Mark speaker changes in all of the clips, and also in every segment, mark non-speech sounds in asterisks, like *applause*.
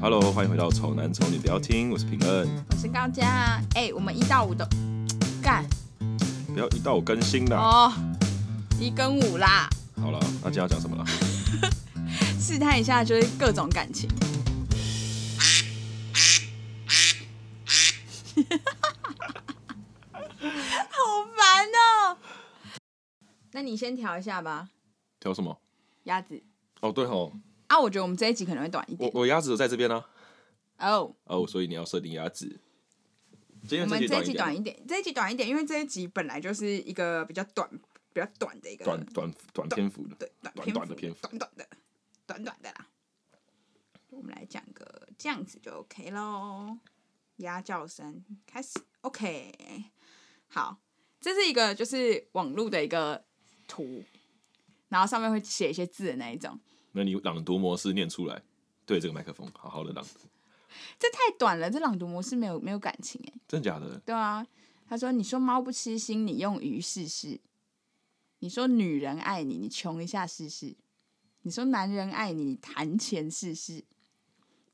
Speaker 1: Hello，欢迎回到《丑男丑女》，不要听，我是平恩。
Speaker 2: 我是高嘉。哎、我们一到五都干
Speaker 1: 不要一到我更新的。
Speaker 2: 哦，一跟五啦，
Speaker 1: 好了，那今天要讲什么了？
Speaker 2: 试探一下就是各种感情。 *laughs* 好烦哦。那你先调一下吧，
Speaker 1: 调什么？
Speaker 2: 鸭子。
Speaker 1: 哦，对哦，
Speaker 2: 啊，我觉得我们这一集可能会短一
Speaker 1: 我
Speaker 2: 点
Speaker 1: 我鸭子在这边呢、
Speaker 2: 哦。
Speaker 1: 哦，所以你要设定鸭子。今
Speaker 2: 我
Speaker 1: 天
Speaker 2: 们
Speaker 1: 集
Speaker 2: 这
Speaker 1: 短
Speaker 2: 一集短
Speaker 1: 点，
Speaker 2: 一点，这一集短一点，因为这一集本来就是一个比较短、比较短的一个
Speaker 1: 短短短篇幅的。
Speaker 2: 对，短
Speaker 1: 短
Speaker 2: 篇
Speaker 1: 短
Speaker 2: 幅
Speaker 1: 的篇幅
Speaker 2: 短短的，短短的啦。我们来讲个这样子就 OK 喽。鸭叫声开始，OK。好，这是一个就是网络的一个图，然后上面会写一些字的那一种。
Speaker 1: 那你朗读模式念出来，对着这个麦克风好好的朗读，
Speaker 2: 这太短了，这朗读模式没有没有感情哎。
Speaker 1: 真的假的？
Speaker 2: 对啊，他说：“你说猫不吃腥，你用鱼试试；你说女人爱你，你穷一下试试；你说男人爱你，你谈钱试试。”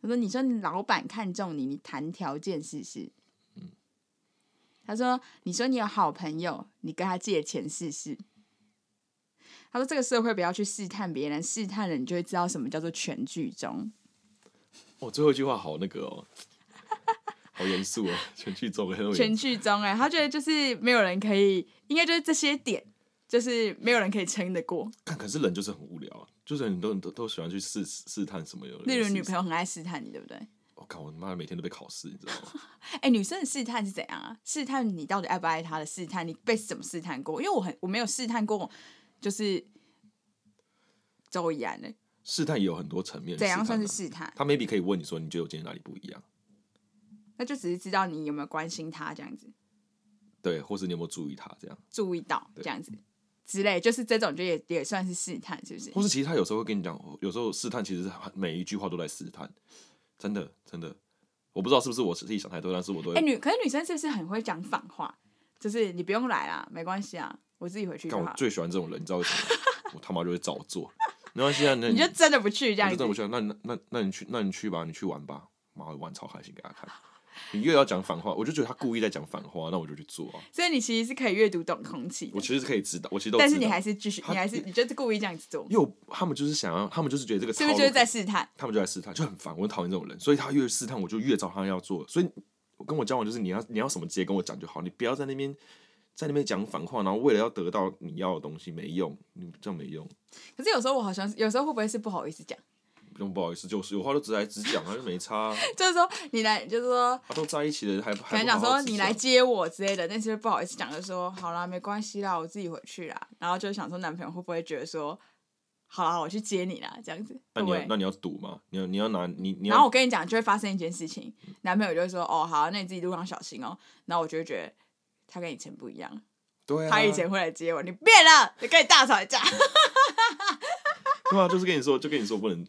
Speaker 2: 他说：“你说老板看中你，你谈条件试试。”他说：“你说你有好朋友，你跟他借钱试试。”他说：“这个社会不要去试探别人，试探了你就会知道什么叫做全剧终。
Speaker 1: 哦，最后一句话好那个
Speaker 2: *laughs*
Speaker 1: 哦，好严肃哦，全剧终很有
Speaker 2: 全
Speaker 1: 严肃。
Speaker 2: 剧终哎、他觉得就是没有人可以，应该就是这些点，就是没有人可以撑得过。
Speaker 1: 看，可是人就是很无聊啊，就是很多人都都喜欢去试试探什么有。
Speaker 2: 例如女朋友，很爱试探你，对不对？
Speaker 1: 我、靠，哦我他妈每天都被考试，你知道吗？
Speaker 2: 哎、女生的试探是怎样啊？试探你到底爱不爱她的试探，你被怎么试探过？因为我很我没有试探过，就是周怡安的、
Speaker 1: 试探也有很多层面。
Speaker 2: 怎样算是
Speaker 1: 试探
Speaker 2: 试探
Speaker 1: 啊？？他 maybe 可以问你说，你觉得我今天哪里不一样？
Speaker 2: 那就只是知道你有没有关心她这样子，
Speaker 1: 对，或是你有没有注意他这样？
Speaker 2: 注意到这样子之类，就是这种就也也算是试探，是不是？
Speaker 1: 或是其实他有时候会跟你讲，有时候试探其实每一句话都在试探，真的真的，我不知道是不是我自己想太多，但是我都
Speaker 2: 哎、
Speaker 1: 会。
Speaker 2: 女可是女生是不是很会讲反话？就是你不用来啦，没关系啊，我自己回去就
Speaker 1: 但
Speaker 2: 好
Speaker 1: 我
Speaker 2: 了。
Speaker 1: 最喜欢这种人，你知道为什么吗？
Speaker 2: *laughs*
Speaker 1: 我他妈就会照做。没关系啊，那
Speaker 2: 你就真的不去这
Speaker 1: 我
Speaker 2: 样
Speaker 1: 就
Speaker 2: 子
Speaker 1: 这么？想，那你那那那你去，那你去吧，你去玩吧，妈我玩超开心给他看。你越要讲反话，我就觉得他故意在讲反话，那我就去做啊。
Speaker 2: 所以你其实是可以阅读懂空气的
Speaker 1: 我其实是可以知道，我其实都知道。
Speaker 2: 但是你还是继续，
Speaker 1: 他
Speaker 2: 你还是你就是故意这样子做，
Speaker 1: 因为我他们就是想要，他们就是觉得这个
Speaker 2: 是不是
Speaker 1: 套
Speaker 2: 就
Speaker 1: 路
Speaker 2: 是在试探？
Speaker 1: 他们就来试探，就很烦，我很讨厌这种人，所以他越试探我就越找他要做，所以我跟我交往就是你要你要什么直接跟我讲就好，你不要在那边在那边讲反话，然后为了要得到你要的东西没用，你这样没用，
Speaker 2: 可是有时候我好像是，有时候会不会是不好意思讲？ *laughs*
Speaker 1: 不用不好意思，就是有话都直来直讲啊，就没差啊、 *laughs*
Speaker 2: 就是说你来，就是说
Speaker 1: 他都在一起了还
Speaker 2: 可
Speaker 1: 还
Speaker 2: 能
Speaker 1: 不
Speaker 2: 讲
Speaker 1: 好好
Speaker 2: 说
Speaker 1: 直
Speaker 2: 你来接我之类的，但是不好意思讲，就说好啦，没关系啦，我自己回去啦。然后就想说男朋友会不会觉得说，好啦，我去接你啦，这样子
Speaker 1: 那你
Speaker 2: 会不
Speaker 1: 要
Speaker 2: 会
Speaker 1: 那？你要赌吗？你要你要拿你你
Speaker 2: 然
Speaker 1: 要
Speaker 2: 后
Speaker 1: 嗯
Speaker 2: 我跟你讲，就会发生一件事情，男朋友就会说哦好，那你自己路上小心哦。然后我就会觉得他跟以前不一样，
Speaker 1: 对啊，
Speaker 2: 他以前会来接我，你变了，你跟你大吵一架。
Speaker 1: 对啊，就是跟你说就跟你说不能。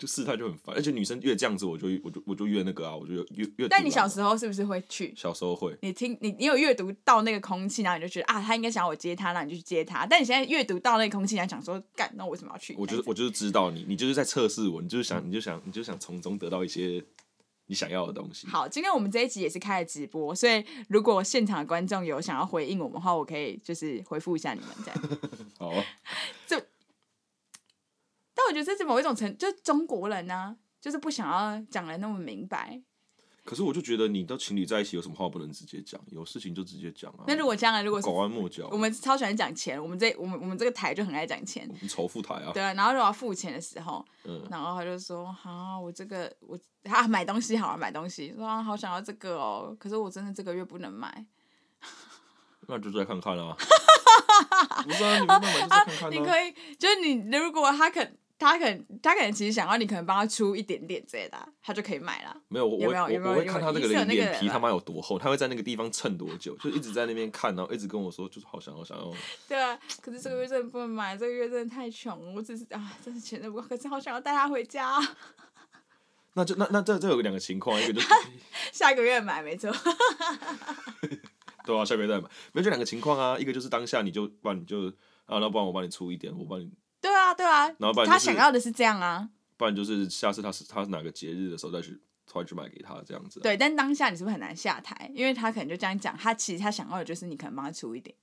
Speaker 1: 就试探就很烦，而且女生越这样子，我就我就我就越那个啊，我就越越。
Speaker 2: 但你小
Speaker 1: 候
Speaker 2: 时候是不是会去？
Speaker 1: 小时候会，
Speaker 2: 你听你你有阅读到那个空气，然后你就觉得啊，他应该想要我接他，那你就去接他。但你现在阅读到那个空气，你还想说，干，那我为什么要去？哎
Speaker 1: 我就是我就是知道你，你就是在测试我，你就是想，你就想，你就想从中得到一些你想要的东西。
Speaker 2: 好，今天我们这一集也是开了直播，所以如果现场的观众有想要回应我们的话，我可以就是回复一下你们这样。
Speaker 1: 好，
Speaker 2: 但我觉得这是某一种程，就是中国人呢、啊就是不想要讲的那么明白。
Speaker 1: 可是我就觉得你都情侣在一起，有什么话不能直接讲？有事情就直接讲啊。
Speaker 2: 那如果将来如果是
Speaker 1: 拐弯抹角，
Speaker 2: 我们超喜欢讲钱，我们这我们我们这个台就很爱讲钱
Speaker 1: 我，们仇富台啊，
Speaker 2: 对啊。然后如果要付钱的时候，
Speaker 1: 嗯，
Speaker 2: 然后他就说：“啊，我这个我啊买东西好了，买东西，说、啊、好想要这个哦，可是我真的这个月不能买。
Speaker 1: 那就再看看
Speaker 2: *laughs*
Speaker 1: 啊。不是啊，你们慢慢就再看看
Speaker 2: 你
Speaker 1: 啊。
Speaker 2: 可以，就是你如果他肯他肯他可能其实想要你，可能帮他出一点点之类的啊、他就可以买啦。
Speaker 1: 没有，我
Speaker 2: 有没有
Speaker 1: 我
Speaker 2: 有没有
Speaker 1: 我会看他那个
Speaker 2: 有没有
Speaker 1: 人
Speaker 2: 有没有
Speaker 1: 脸皮
Speaker 2: 有没有
Speaker 1: 他妈有多厚，他会在那个地方蹭多久，就一直在那边看，然后一直跟我说，就是好想要想要。
Speaker 2: 对啊，可是这个月真的不能买，这个月真的太穷了，我只是啊，真的钱都不够，可是好想要带他回家啊、
Speaker 1: 那就那那这这有两个情况，一个就是
Speaker 2: 下个月买没错。 *laughs*
Speaker 1: 对啊，下个月再买。没有就两个情况啊，一个就是当下你就帮你就啊，那不然我帮你出一点，我帮你，
Speaker 2: 对啊，对啊，
Speaker 1: 然后不然就
Speaker 2: 他
Speaker 1: 是
Speaker 2: 想要的是这样啊，
Speaker 1: 不然就是下次他是他哪个节日的时候再去再去买给他这样子啊、
Speaker 2: 对，但当下你是不是很难下台？因为他可能就这样讲，他其实他想要的就是你可能帮他出一点，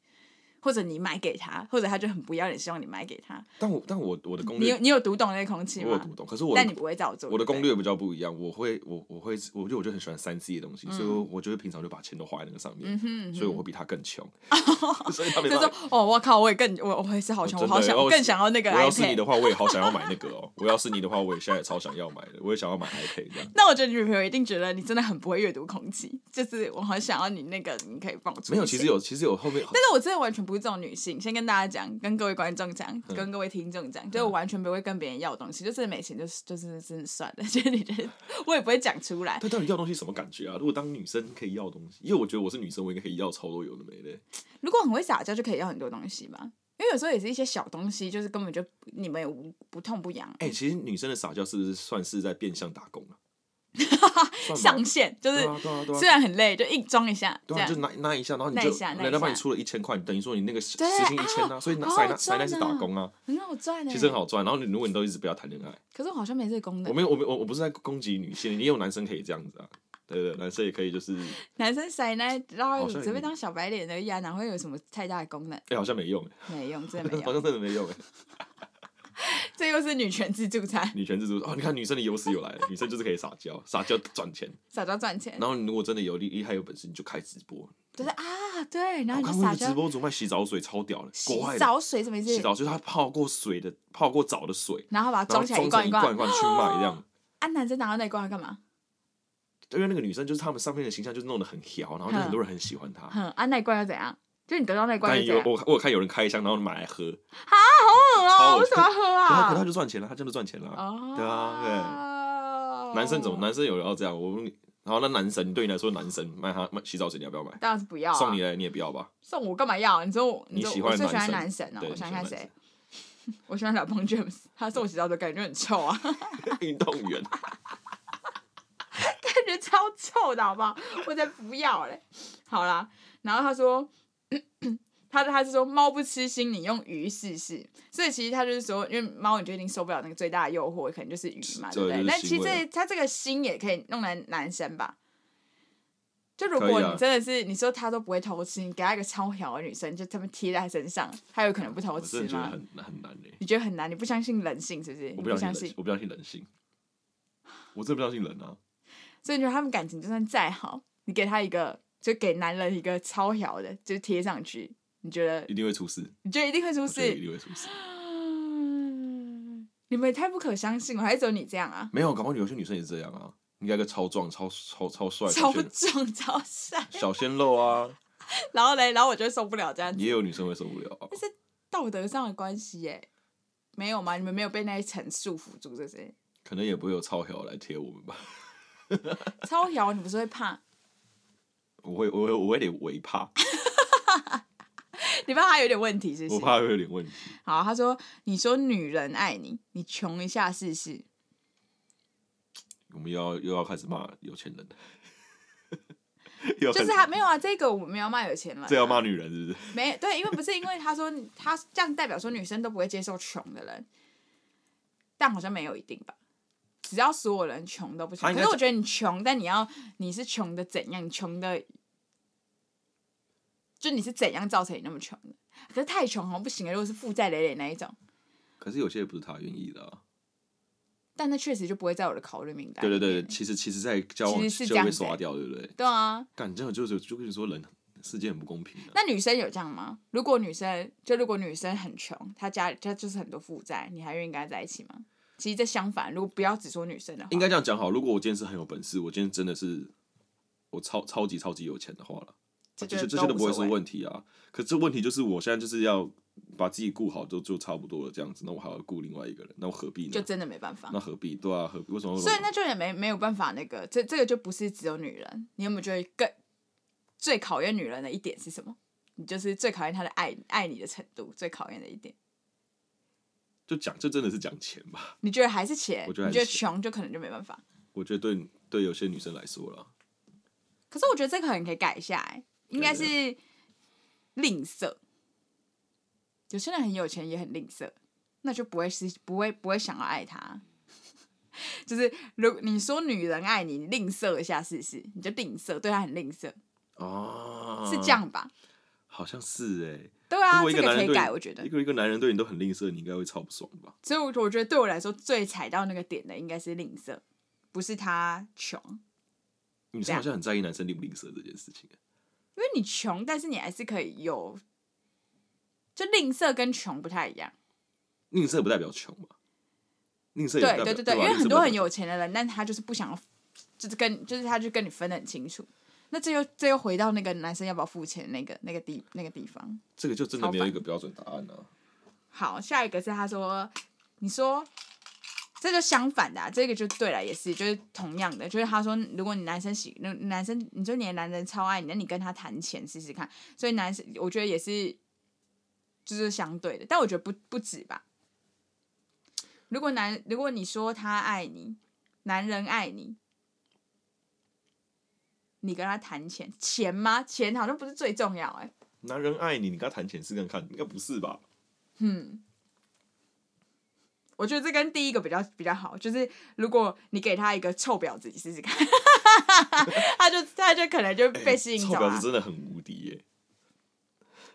Speaker 2: 或者你买给他，或者他就很不要脸，希望你买给他。
Speaker 1: 但我但我我的攻
Speaker 2: 你有
Speaker 1: 略
Speaker 2: 你有读懂那个空气
Speaker 1: 我有
Speaker 2: 吗
Speaker 1: 读？懂，可是我
Speaker 2: 但你
Speaker 1: 的
Speaker 2: 不会照做。
Speaker 1: 我的攻
Speaker 2: 对
Speaker 1: 略比较不一样，我会我我会我觉得我就很喜欢三 C 的东
Speaker 2: 嗯
Speaker 1: 西，所以我就会平常就把钱都花在那个上面，所以我会比他更
Speaker 2: *laughs*
Speaker 1: 穷，所以他没
Speaker 2: 不对
Speaker 1: 办
Speaker 2: 嗯
Speaker 1: 法。
Speaker 2: 就
Speaker 1: 哦
Speaker 2: 说哦，我靠，我也更我我也是好穷，我
Speaker 1: 真的
Speaker 2: 好想
Speaker 1: 要
Speaker 2: 我更想要那个
Speaker 1: 我要是你
Speaker 2: iPad。
Speaker 1: 的话，我也好想要买那个哦。我要是你的话，我也现在也超想要买的，我也想要买 iPad 这样。
Speaker 2: 那我觉得女朋友一定觉得你真的很不会阅读空气，就是我很想要你那个，你可以帮我出
Speaker 1: 没有，
Speaker 2: 一
Speaker 1: 其
Speaker 2: 些
Speaker 1: 实有，其实有后面
Speaker 2: 但是我真的完全不是这种女性，先跟大家讲，跟各位观众讲，
Speaker 1: 嗯
Speaker 2: 跟各位听众讲，就是我完全不会跟别人要东西，就是没钱就是就是真的算了， *laughs* 就是你觉得我也不会讲出来。
Speaker 1: 他到底要东西什么感觉啊？如果当女生可以要东西，因为我觉得我是女生，我应该可以要超多有的没的。
Speaker 2: 如果很会撒娇，就可以要很多东西吧。因为有时候也是一些小东西，就是根本就你们也无不痛不痒，
Speaker 1: 哎、其实女生的撒娇是不是算是在变相打
Speaker 2: *laughs*
Speaker 1: 工啊？算吧
Speaker 2: 上线就
Speaker 1: 嗯对
Speaker 2: 是
Speaker 1: 啊对啊对啊
Speaker 2: 虽然很累，就硬装一下这
Speaker 1: 对啊，就
Speaker 2: 样。
Speaker 1: 拿拿一下，然后你
Speaker 2: 那
Speaker 1: 就
Speaker 2: 一下那一
Speaker 1: 人家帮你
Speaker 2: 下
Speaker 1: 出了一千块，等于说你那个时
Speaker 2: 对
Speaker 1: 时薪一千啊，
Speaker 2: 啊
Speaker 1: 所以拿
Speaker 2: 好
Speaker 1: 塞
Speaker 2: 好
Speaker 1: 纳塞纳
Speaker 2: 赚
Speaker 1: 是打
Speaker 2: 啊
Speaker 1: 工啊，
Speaker 2: 很好赚呢、欸
Speaker 1: 其实很好赚。然后你如果你都一直不要谈恋爱，
Speaker 2: 可是我好像没这个功
Speaker 1: 我
Speaker 2: 能。
Speaker 1: 没有我没有我我不是在攻击女性，也有男生可以这样子啊，对对，男生也可以就是
Speaker 2: 男生塞奶，然后
Speaker 1: 好像
Speaker 2: 只
Speaker 1: 也
Speaker 2: 会当小白脸而已啊，哪会有什么太大的功能？
Speaker 1: 哎、好像没用、
Speaker 2: 没用，真的没
Speaker 1: *laughs* 欸，好
Speaker 2: 用。
Speaker 1: 像真的没用、欸。
Speaker 2: 这又是女权自助餐，
Speaker 1: 女权自助哦，你看女生的优势又来了，女生就是可以撒娇，撒娇赚钱。
Speaker 2: 撒娇赚钱。
Speaker 1: 然后你如果真的有厉厉害有本事，你就开直播。哦
Speaker 2: 就是啊，对，然后
Speaker 1: 我看
Speaker 2: 你就
Speaker 1: 过
Speaker 2: 撒
Speaker 1: 一个直
Speaker 2: 娇
Speaker 1: 播主卖洗澡水，超屌的，国外的
Speaker 2: 洗澡水怎么意思
Speaker 1: 洗？澡水，就是他泡过水的，泡过澡的水，
Speaker 2: 然后把它
Speaker 1: 然后
Speaker 2: 装起来
Speaker 1: 装成一
Speaker 2: 罐
Speaker 1: 罐
Speaker 2: 罐，
Speaker 1: 一罐去卖这样。
Speaker 2: 啊，男生拿到那一罐要干嘛？
Speaker 1: 因为那个女生就是他们上面的形象就是弄得很屌，然后就很多人很喜欢
Speaker 2: *laughs*
Speaker 1: 她。
Speaker 2: 哼，啊，那一罐又怎样？就你得到那一罐
Speaker 1: 但
Speaker 2: 又怎
Speaker 1: 有
Speaker 2: 样？
Speaker 1: 我我有看有人开箱，然后买来喝，
Speaker 2: 饿
Speaker 1: 超
Speaker 2: 哦，
Speaker 1: 恶
Speaker 2: 为
Speaker 1: 心
Speaker 2: 什么要喝
Speaker 1: 可他可他
Speaker 2: 啊？
Speaker 1: 就赚钱了，他真的赚钱了。
Speaker 2: 哦，
Speaker 1: 对啊男生怎么？男生有人要这样？我问你，然后那男神对你来说，男神卖他卖洗澡水，你要不要买？
Speaker 2: 当然是不要、啊，
Speaker 1: 送你来你也不要
Speaker 2: *laughs*
Speaker 1: 吧？ *laughs*
Speaker 2: 送我干嘛要？你说我，
Speaker 1: 你
Speaker 2: 说
Speaker 1: 喜欢
Speaker 2: 我
Speaker 1: 的
Speaker 2: 最喜欢
Speaker 1: 男
Speaker 2: 男神哦、
Speaker 1: 对
Speaker 2: 我
Speaker 1: 你
Speaker 2: 想
Speaker 1: 喜欢
Speaker 2: 看
Speaker 1: 男
Speaker 2: 谁？ *laughs* 我喜欢老彭 James，他送我洗澡水感觉很臭啊，
Speaker 1: 运动员，
Speaker 2: 感觉超臭的好不好？ *laughs* 我才不要嘞！好啦，然后他说，他他是说猫不吃腥，你用鱼试试。所以其实他就是说，因为猫你就一定受不了那个最大的诱惑，可能就是鱼嘛，
Speaker 1: 对
Speaker 2: 对不
Speaker 1: 就是
Speaker 2: 对？但其实
Speaker 1: 腥味
Speaker 2: 这他这个腥也可以弄来男生吧。就如
Speaker 1: 可
Speaker 2: 果
Speaker 1: 以啊
Speaker 2: 你真的是、你说他都不会偷吃，你给他一个超小的女生，就他们贴在她身上，他有可能不偷
Speaker 1: 我
Speaker 2: 吃
Speaker 1: 真的觉得
Speaker 2: 吗？
Speaker 1: 很很难欸嘞。
Speaker 2: 你觉得很难？你不相信人性是不是？
Speaker 1: 我
Speaker 2: 你
Speaker 1: 不
Speaker 2: 不
Speaker 1: 相
Speaker 2: 相
Speaker 1: 信
Speaker 2: 信
Speaker 1: 人，，我不相信人性，我真的不相信人啊！
Speaker 2: 所以你觉得他们感情就算再好，你给他一个，就给男人一个超小的，就贴上去，你觉得
Speaker 1: 一定会出事，
Speaker 2: 你觉得一定会出
Speaker 1: 我觉得一
Speaker 2: 事？
Speaker 1: 定会出事。
Speaker 2: *gasps* 你们也太不可相信了，还是只有你这样啊？
Speaker 1: 没有，搞不好有些女生也是这样啊。你看一个超壮、超超超帅、
Speaker 2: 超
Speaker 1: 小鲜
Speaker 2: 壮超帅，
Speaker 1: 小鲜肉啊，
Speaker 2: *laughs* 然后嘞，然后我就受不了这样子，
Speaker 1: 也有女生会受不了啊。
Speaker 2: 道德上的关系耶，没有吗？你们没有被那一层束缚住，这些
Speaker 1: 可能也不会有超屌来贴我们吧。
Speaker 2: 超摇，你不是会怕？ *laughs*
Speaker 1: 我会，我会，我会有点微怕，
Speaker 2: 你怕他有点问题，是不
Speaker 1: 我
Speaker 2: 是？
Speaker 1: 怕会有点问题。
Speaker 2: 好，他说，你说女人爱你，你穷一下试试，
Speaker 1: 我们又要又要开始骂有钱人， *laughs* 又要
Speaker 2: 就
Speaker 1: 开
Speaker 2: 是
Speaker 1: 始
Speaker 2: 他没有啊，这个我没有骂有钱人、啊，
Speaker 1: 这要骂女人是不是？
Speaker 2: 没对，因为不是因为他说他这样代表说女生都不会接受穷的人，但好像没有一定吧。只要所有人穷都不
Speaker 1: 他
Speaker 2: 行，
Speaker 1: 应
Speaker 2: 可
Speaker 1: 该
Speaker 2: 是我觉得你穷，但你要你是穷的怎样？你穷的，就你是怎样造成你那么穷的？可是太穷好像不行了，如果是负债累累那一种，
Speaker 1: 可是有些也不是他愿意的啊。
Speaker 2: 但那确实就不会在我的考虑名单。
Speaker 1: 对对对，，其实其实，在交往
Speaker 2: 其实是
Speaker 1: 就
Speaker 2: 这样
Speaker 1: 会
Speaker 2: 子欸
Speaker 1: 刷掉，对不对？
Speaker 2: 对啊。
Speaker 1: 干，这样就是就跟你说人，世界很不公平啊。
Speaker 2: 那女生有这样吗？如果女生就如果女生很穷，她家里她就是很多负债，你还愿意跟她在一起吗？其实这相反，如果不要只说女生的话，
Speaker 1: 应该这样讲好，如果我今天是很有本事，我今天真的是我超超级超级有钱的话了，
Speaker 2: 这
Speaker 1: 哦就
Speaker 2: 个
Speaker 1: 是这
Speaker 2: 都
Speaker 1: 些都
Speaker 2: 无
Speaker 1: 不会是
Speaker 2: 所谓
Speaker 1: 问题啊。可这问题就是我现在就是要把自己顾好，就就差不多了这样子，那我还要顾另外一个人，那我何必
Speaker 2: 就
Speaker 1: 呢？
Speaker 2: 真的没办法。
Speaker 1: 那何必对啊？何必为什么要？
Speaker 2: 所以那就也没没有办法，那个这这个就不是只有女人。你有没有觉得更最考验女人的一点是什么？你就是最考验她的爱爱你的程度，最考验的一点。
Speaker 1: 就讲，这真的是讲钱吧？
Speaker 2: 你觉得还是钱？
Speaker 1: 我觉得还
Speaker 2: 你
Speaker 1: 是
Speaker 2: 觉得
Speaker 1: 钱
Speaker 2: 穷就可能就没办法。
Speaker 1: 我觉得对对有些女生来说啦，
Speaker 2: 可是我觉得这个可能可以改一下、欸，应该是吝啬。有些人很有钱也很吝啬，那就不会是不会不会想要爱他。 *laughs* 就是如你说女人爱你，你吝啬一下试试，你就吝啬，对她很吝啬，
Speaker 1: 哦，
Speaker 2: 是这，样吧？
Speaker 1: 好像是哎、
Speaker 2: 对啊，
Speaker 1: 如果一
Speaker 2: 这
Speaker 1: 个
Speaker 2: 个
Speaker 1: 男
Speaker 2: 可
Speaker 1: 人
Speaker 2: 以
Speaker 1: 对
Speaker 2: 改，
Speaker 1: 你
Speaker 2: 我觉得
Speaker 1: 一。个一个男人对你都很吝啬，你应该会超不爽吧？
Speaker 2: 所以我我觉得对我来说，最踩到那个点的应该是吝啬，不是他穷，
Speaker 1: 女
Speaker 2: 这
Speaker 1: 生
Speaker 2: 样
Speaker 1: 好像很在意男生吝不吝啬这件事情欸。
Speaker 2: 因为你穷，但是你还是可以有，就吝啬跟穷不太一样。
Speaker 1: 吝啬不代表穷吧？吝啬也
Speaker 2: 对
Speaker 1: 代表
Speaker 2: 对对对，因
Speaker 1: 吧
Speaker 2: 为
Speaker 1: 吝啬
Speaker 2: 很
Speaker 1: 不
Speaker 2: 多
Speaker 1: 代
Speaker 2: 很
Speaker 1: 表
Speaker 2: 有钱的人，但他就是不想要，就是跟就是他就跟你分得很清楚。那这又这又回到那个男生要不要付钱那个那个地那个地方。
Speaker 1: 这个就真的
Speaker 2: 超
Speaker 1: 没有一
Speaker 2: 烦
Speaker 1: 个标准答案啊。
Speaker 2: 好，下一个是他说，你说这就相反的、啊，这个就对了，也是就是同样的，就是他说，如果你男生喜，那男生你说你的男人超爱你，那你跟他谈钱试试看，所以男生我觉得也是就是相对的，但我觉得不不止吧。如果男如果你说他爱你，男人爱你。你跟他谈钱，钱吗？钱好像不是最重要哎、
Speaker 1: 男人爱你，你跟他谈钱是这样看，应该不是吧？
Speaker 2: 嗯，我觉得这跟第一个比较比较好，就是如果你给他一个臭婊子，你试试看， *laughs* 他就他就可能就被吸引
Speaker 1: 哎臭
Speaker 2: 走
Speaker 1: 婊
Speaker 2: 啊
Speaker 1: 子。真的很无敌耶、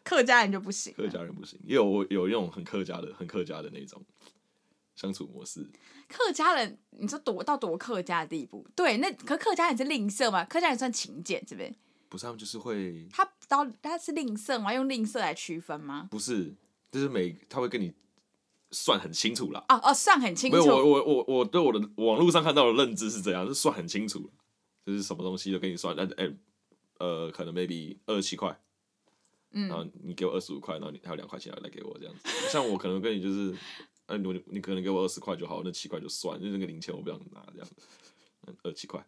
Speaker 2: 客家人就不行啊，
Speaker 1: 客家人不行，也有有那种很客家的、很客家的那种相处模式。
Speaker 2: 客家人，你说躲到躲客家的地步，对，那可客家人是吝啬嘛？客家人算勤俭，是不是？
Speaker 1: 不是他们就是会，
Speaker 2: 他到他是吝啬吗？用吝啬来区分吗？
Speaker 1: 不是，就是每他会跟你算很清楚啦。
Speaker 2: 哦哦，算很清
Speaker 1: 没有，我
Speaker 2: 楚，
Speaker 1: 我我我对我的网络上看到的认知是这样，是算很清楚了，就是什么东西都跟你算，那哎、呃，可能 maybe 二十七块，然后
Speaker 2: 嗯，
Speaker 1: 你给我二十五块，然后你还有两块钱要来给我这样子。像我可能跟你就是，呃，你你可能给我二十块就好，那七块就算，因为那个零钱我不想拿这样子，二七块，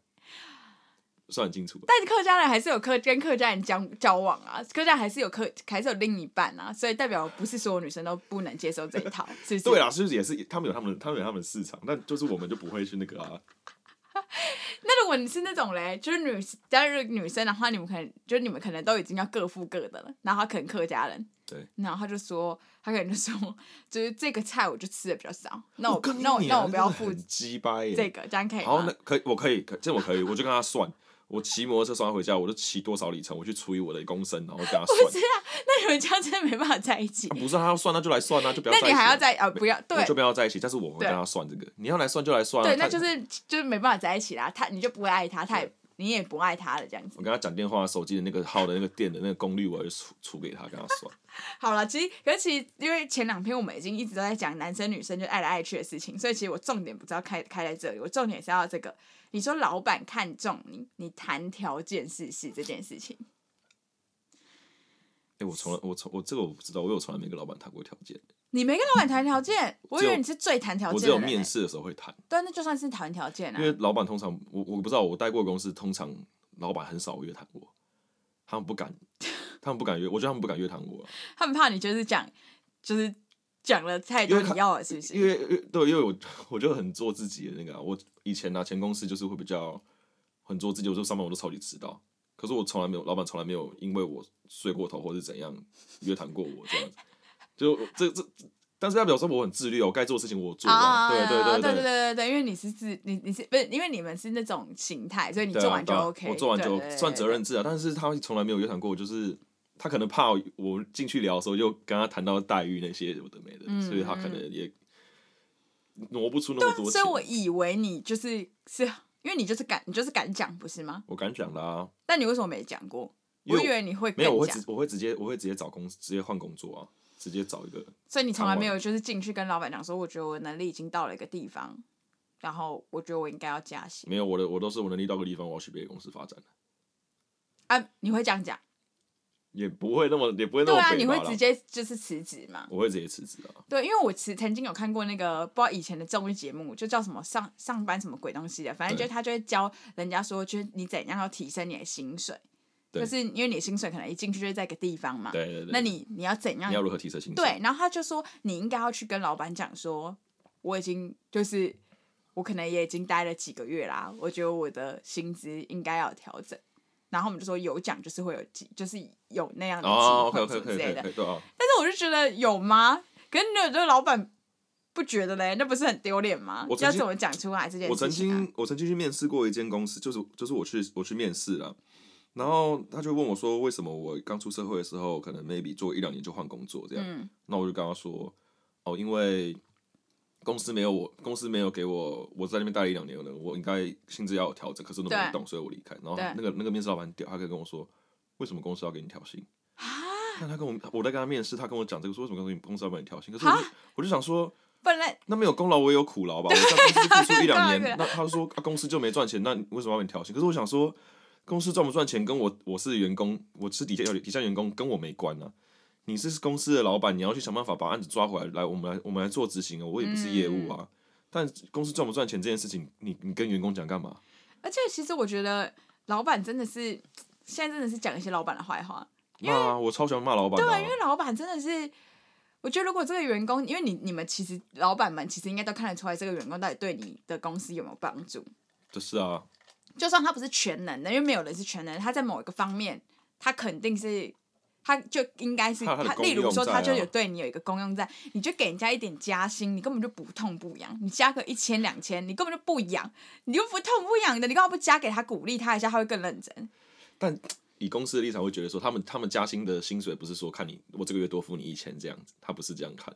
Speaker 1: 算很清楚吧。
Speaker 2: 但客家人还是有客跟客家人交交往啊，客家人还是有客还是有另一半啊，所以代表不是所有女生都不能接受这一套，是不是？
Speaker 1: 对啊啦，是不是也是他们有他们的他们有他们的市场，但就是我们就不会去那个啊，
Speaker 2: 那如果你是那种嘞，就是女，但是女生的话，你们可能就是你们可能都已经要各付各的了，然后他可能客家人，
Speaker 1: 对，
Speaker 2: 然后他就说，他可能就说， *laughs* 就是这个菜我就吃的比较少，那我
Speaker 1: 跟啊
Speaker 2: 那我那我不要付
Speaker 1: 鸡掰耶。
Speaker 2: 这个，这样可以
Speaker 1: 好，
Speaker 2: *laughs* 吗
Speaker 1: 那？可以，我可以，可这我可以，我就跟他算，我骑摩托车送他回家，我就骑多少里程，我去除以我的公升，然后跟他
Speaker 2: 不
Speaker 1: 算
Speaker 2: 是。啊，那你们这样真的没办法在一起
Speaker 1: 啊，不是啊他要算，那就来算啊，就不要
Speaker 2: 那
Speaker 1: 在一
Speaker 2: 你
Speaker 1: 起
Speaker 2: 还要
Speaker 1: 啊
Speaker 2: 在啊、不要对
Speaker 1: 我就不要在一起，但是我会
Speaker 2: 对
Speaker 1: 跟他算这个。你要来算就来算、啊，
Speaker 2: 对，那
Speaker 1: 看
Speaker 2: 就是就是没办法在一起啦，他你就不会爱他，他也你也不爱他了，这样子
Speaker 1: 我。跟他讲电话，手机的那个号的那个电的那个功率，我就出出给他，跟他算。
Speaker 2: 好了，其实可是其实因为前两篇我们已经一直都在讲男生女生就爱来爱去的事情，所以其实我重点不知道开开在这里，我重点是要这个。你说老板看中你，你谈条件试试这件事情，
Speaker 1: 哎、我从来我从我这个我不知道，我有从来没跟老板谈过条件，
Speaker 2: 你没跟老板谈条件，我以
Speaker 1: 只
Speaker 2: 为
Speaker 1: 有
Speaker 2: 你是最谈条
Speaker 1: 我
Speaker 2: 件
Speaker 1: 只
Speaker 2: 的
Speaker 1: 有
Speaker 2: 人、
Speaker 1: 面
Speaker 2: 欸。
Speaker 1: 试的时候会谈，
Speaker 2: 对，那就算是谈条件
Speaker 1: 因为
Speaker 2: 啊。
Speaker 1: 老板通常我我不知道，我待过的公司通常老板很少约谈我，他们不敢，他们不敢约，我觉得他们不敢约谈我啊、
Speaker 2: 他们怕你就是讲，就是讲了太
Speaker 1: 因
Speaker 2: 多
Speaker 1: 为他
Speaker 2: 你要的，是不是？
Speaker 1: 因为因为对，因为我我就很做自己的那个啊、我以前拿前公司就是会比较很做自己，我就上班我都超级迟到，可是我从来没有老板从来没有因为我睡过头或是怎样约谈过我这样子，就这这，但是代表说我很自律哦，我该做的事情我做完，
Speaker 2: 啊，
Speaker 1: 对对对。
Speaker 2: 对对对，因为你是自你你是不是因为你们是那种形态，所以你
Speaker 1: 对啊
Speaker 2: 做完就
Speaker 1: 对啊
Speaker 2: OK，
Speaker 1: 我做完
Speaker 2: 对
Speaker 1: 就
Speaker 2: 对对
Speaker 1: 算
Speaker 2: 对
Speaker 1: 责任制啊。但是他从来没有约谈过我，就是他可能怕我进去聊的时候就跟他谈到待遇那些有的没的，
Speaker 2: 嗯
Speaker 1: 所以他可能也挪不出那么多
Speaker 2: 啊所
Speaker 1: 钱。
Speaker 2: 以我以为你就是是因为你就是敢，你就是敢讲，不是吗？
Speaker 1: 我敢讲啦、啊
Speaker 2: 但你为什么没讲过？
Speaker 1: 因为
Speaker 2: 我
Speaker 1: 我
Speaker 2: 以为你会
Speaker 1: 没有，
Speaker 2: 更
Speaker 1: 我会
Speaker 2: 讲
Speaker 1: 直，我会直接我会直接找工直接换工作啊，直接找一个。
Speaker 2: 所以你从来
Speaker 1: 常
Speaker 2: 没有就是进去跟老板讲说，我觉得我能力已经到了一个地方，然后我觉得我应该要加薪
Speaker 1: 没有我的，我都是我能力到个地方，我要去别的公司发展，
Speaker 2: 啊！你会这样讲？
Speaker 1: 也不会那么也不会那
Speaker 2: 对
Speaker 1: 么
Speaker 2: 啊，
Speaker 1: 北
Speaker 2: 你
Speaker 1: 吧
Speaker 2: 会
Speaker 1: 啦
Speaker 2: 直接就是辞职嘛？
Speaker 1: 我会直接辞职啊。
Speaker 2: 对，因为我其曾经有看过那个不知道以前的综艺节目，就叫什么上上班什么鬼东西的，反正就
Speaker 1: 对
Speaker 2: 是他就会教人家说，就是你怎样要提升你的薪水，
Speaker 1: 对
Speaker 2: 就是因为你的薪水可能一进去就是在一个地方嘛，
Speaker 1: 对对对，
Speaker 2: 那你你要怎样
Speaker 1: 你要如何提升薪水？
Speaker 2: 对，然后他就说你应该要去跟老板讲说，我已经就是我可能也已经待了几个月啦，我觉得我的薪资应该要有调整。然后我们就说有奖就是会有机，就是有那样的
Speaker 1: 哦，OK
Speaker 2: 机会
Speaker 1: OK
Speaker 2: 什么
Speaker 1: OK
Speaker 2: 之类
Speaker 1: OK
Speaker 2: 的。但
Speaker 1: OK，对啊，
Speaker 2: 是我就觉得有吗？可是你有这个老板不觉得嘞？那不是很丢脸吗
Speaker 1: 我？曾
Speaker 2: 要
Speaker 1: 经
Speaker 2: 怎么讲出来这件事情、啊？
Speaker 1: 我曾经我曾经去面试过一间公司，就是就是我去我去面试了，然后他就问我说，为什么我刚出社会的时候，可能 maybe 做一两年就换工作这样？
Speaker 2: 嗯
Speaker 1: 那我就跟他说，哦，因为公司没有我，公司没有给我，我在那边待了一两年了，我应该薪资要有调整，可是我都没
Speaker 2: 对
Speaker 1: 动，所以我离开。然后
Speaker 2: 对
Speaker 1: 那个那个面试老板很屌，他可以跟我说，为什么公司要给你调薪？
Speaker 2: 啊
Speaker 1: 那他跟我我在跟他面试，他跟我讲这个说为什么公司公司要帮你调薪？可是
Speaker 2: 啊
Speaker 1: 我就我就想说，
Speaker 2: 本来
Speaker 1: 那没有功劳我也有苦劳
Speaker 2: *laughs*
Speaker 1: 吧？我在公司付出一两
Speaker 2: 对
Speaker 1: 年，那他说、啊、公司就没赚钱，那你为什么要把你调薪？可是我想说，公司赚不赚钱跟我我是员工，我是底下底下员工跟我没关啊。你是公司的老板，你要去想办法把案子抓回来，来我们来我们来做执行啊，我也不是业务啊。
Speaker 2: 嗯
Speaker 1: 但公司赚不赚钱这件事情，你你跟员工讲干嘛？
Speaker 2: 而且其实我觉得老板真的是现在真的是讲一些老板的坏话，
Speaker 1: 骂啊！我超喜欢骂老板的、
Speaker 2: 对
Speaker 1: 啊
Speaker 2: 啊，因为老板真的是，我觉得如果这个员工，因为你你们其实老板们其实应该都看得出来这个员工到底对你的公司有没有帮助，
Speaker 1: 就是啊，
Speaker 2: 就算他不是全能的，因为没有人是全能的，他在某一个方面，他肯定是。他就应该是
Speaker 1: 他有他的功
Speaker 2: 例如说，
Speaker 1: 用在
Speaker 2: 他就
Speaker 1: 啊
Speaker 2: 有对你有一个功用在，你就给人家一点加薪，你根本就不痛不痒，你加个一千两千，你根本就不痒，你又不痛不痒的，你干嘛不加给他鼓励他一下，他会更认真？
Speaker 1: 但以公司的立场会觉得说，他们他们加薪的薪水不是说看你我这个月多付你一千这样子，他不是这样看，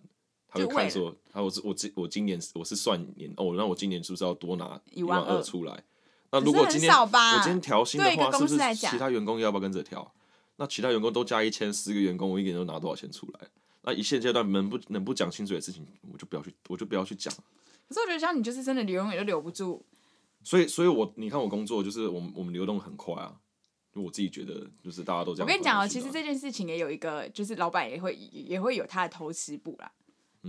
Speaker 1: 他会
Speaker 2: 就为
Speaker 1: 看
Speaker 2: 了
Speaker 1: 说，他我是我今我今年我是算年哦，那我今年是不是要多拿
Speaker 2: 一
Speaker 1: 万
Speaker 2: 万二
Speaker 1: 二出来？那
Speaker 2: 可
Speaker 1: 如
Speaker 2: 是
Speaker 1: 果
Speaker 2: 很
Speaker 1: 今天
Speaker 2: 少吧
Speaker 1: 我今天调薪的
Speaker 2: 对一个
Speaker 1: 话，是不
Speaker 2: 公
Speaker 1: 是
Speaker 2: 司来讲
Speaker 1: 其他员工要不要跟着调？那其他员工都加一千，十个员工我一个人都拿多少钱出来？那以现阶段能不能不讲薪水的事情，我就不要去，我就不要去讲。
Speaker 2: 可是我觉得像你就是真的永远都留不住，
Speaker 1: 所以，所以我你看我工作就是我们我们流动很快啊，就我自己觉得就是大家都这样跑来跑去的啊。
Speaker 2: 我跟你讲哦，其实这件事情也有一个，就是老板也会也会有他的偷吃部啦。
Speaker 1: 嗯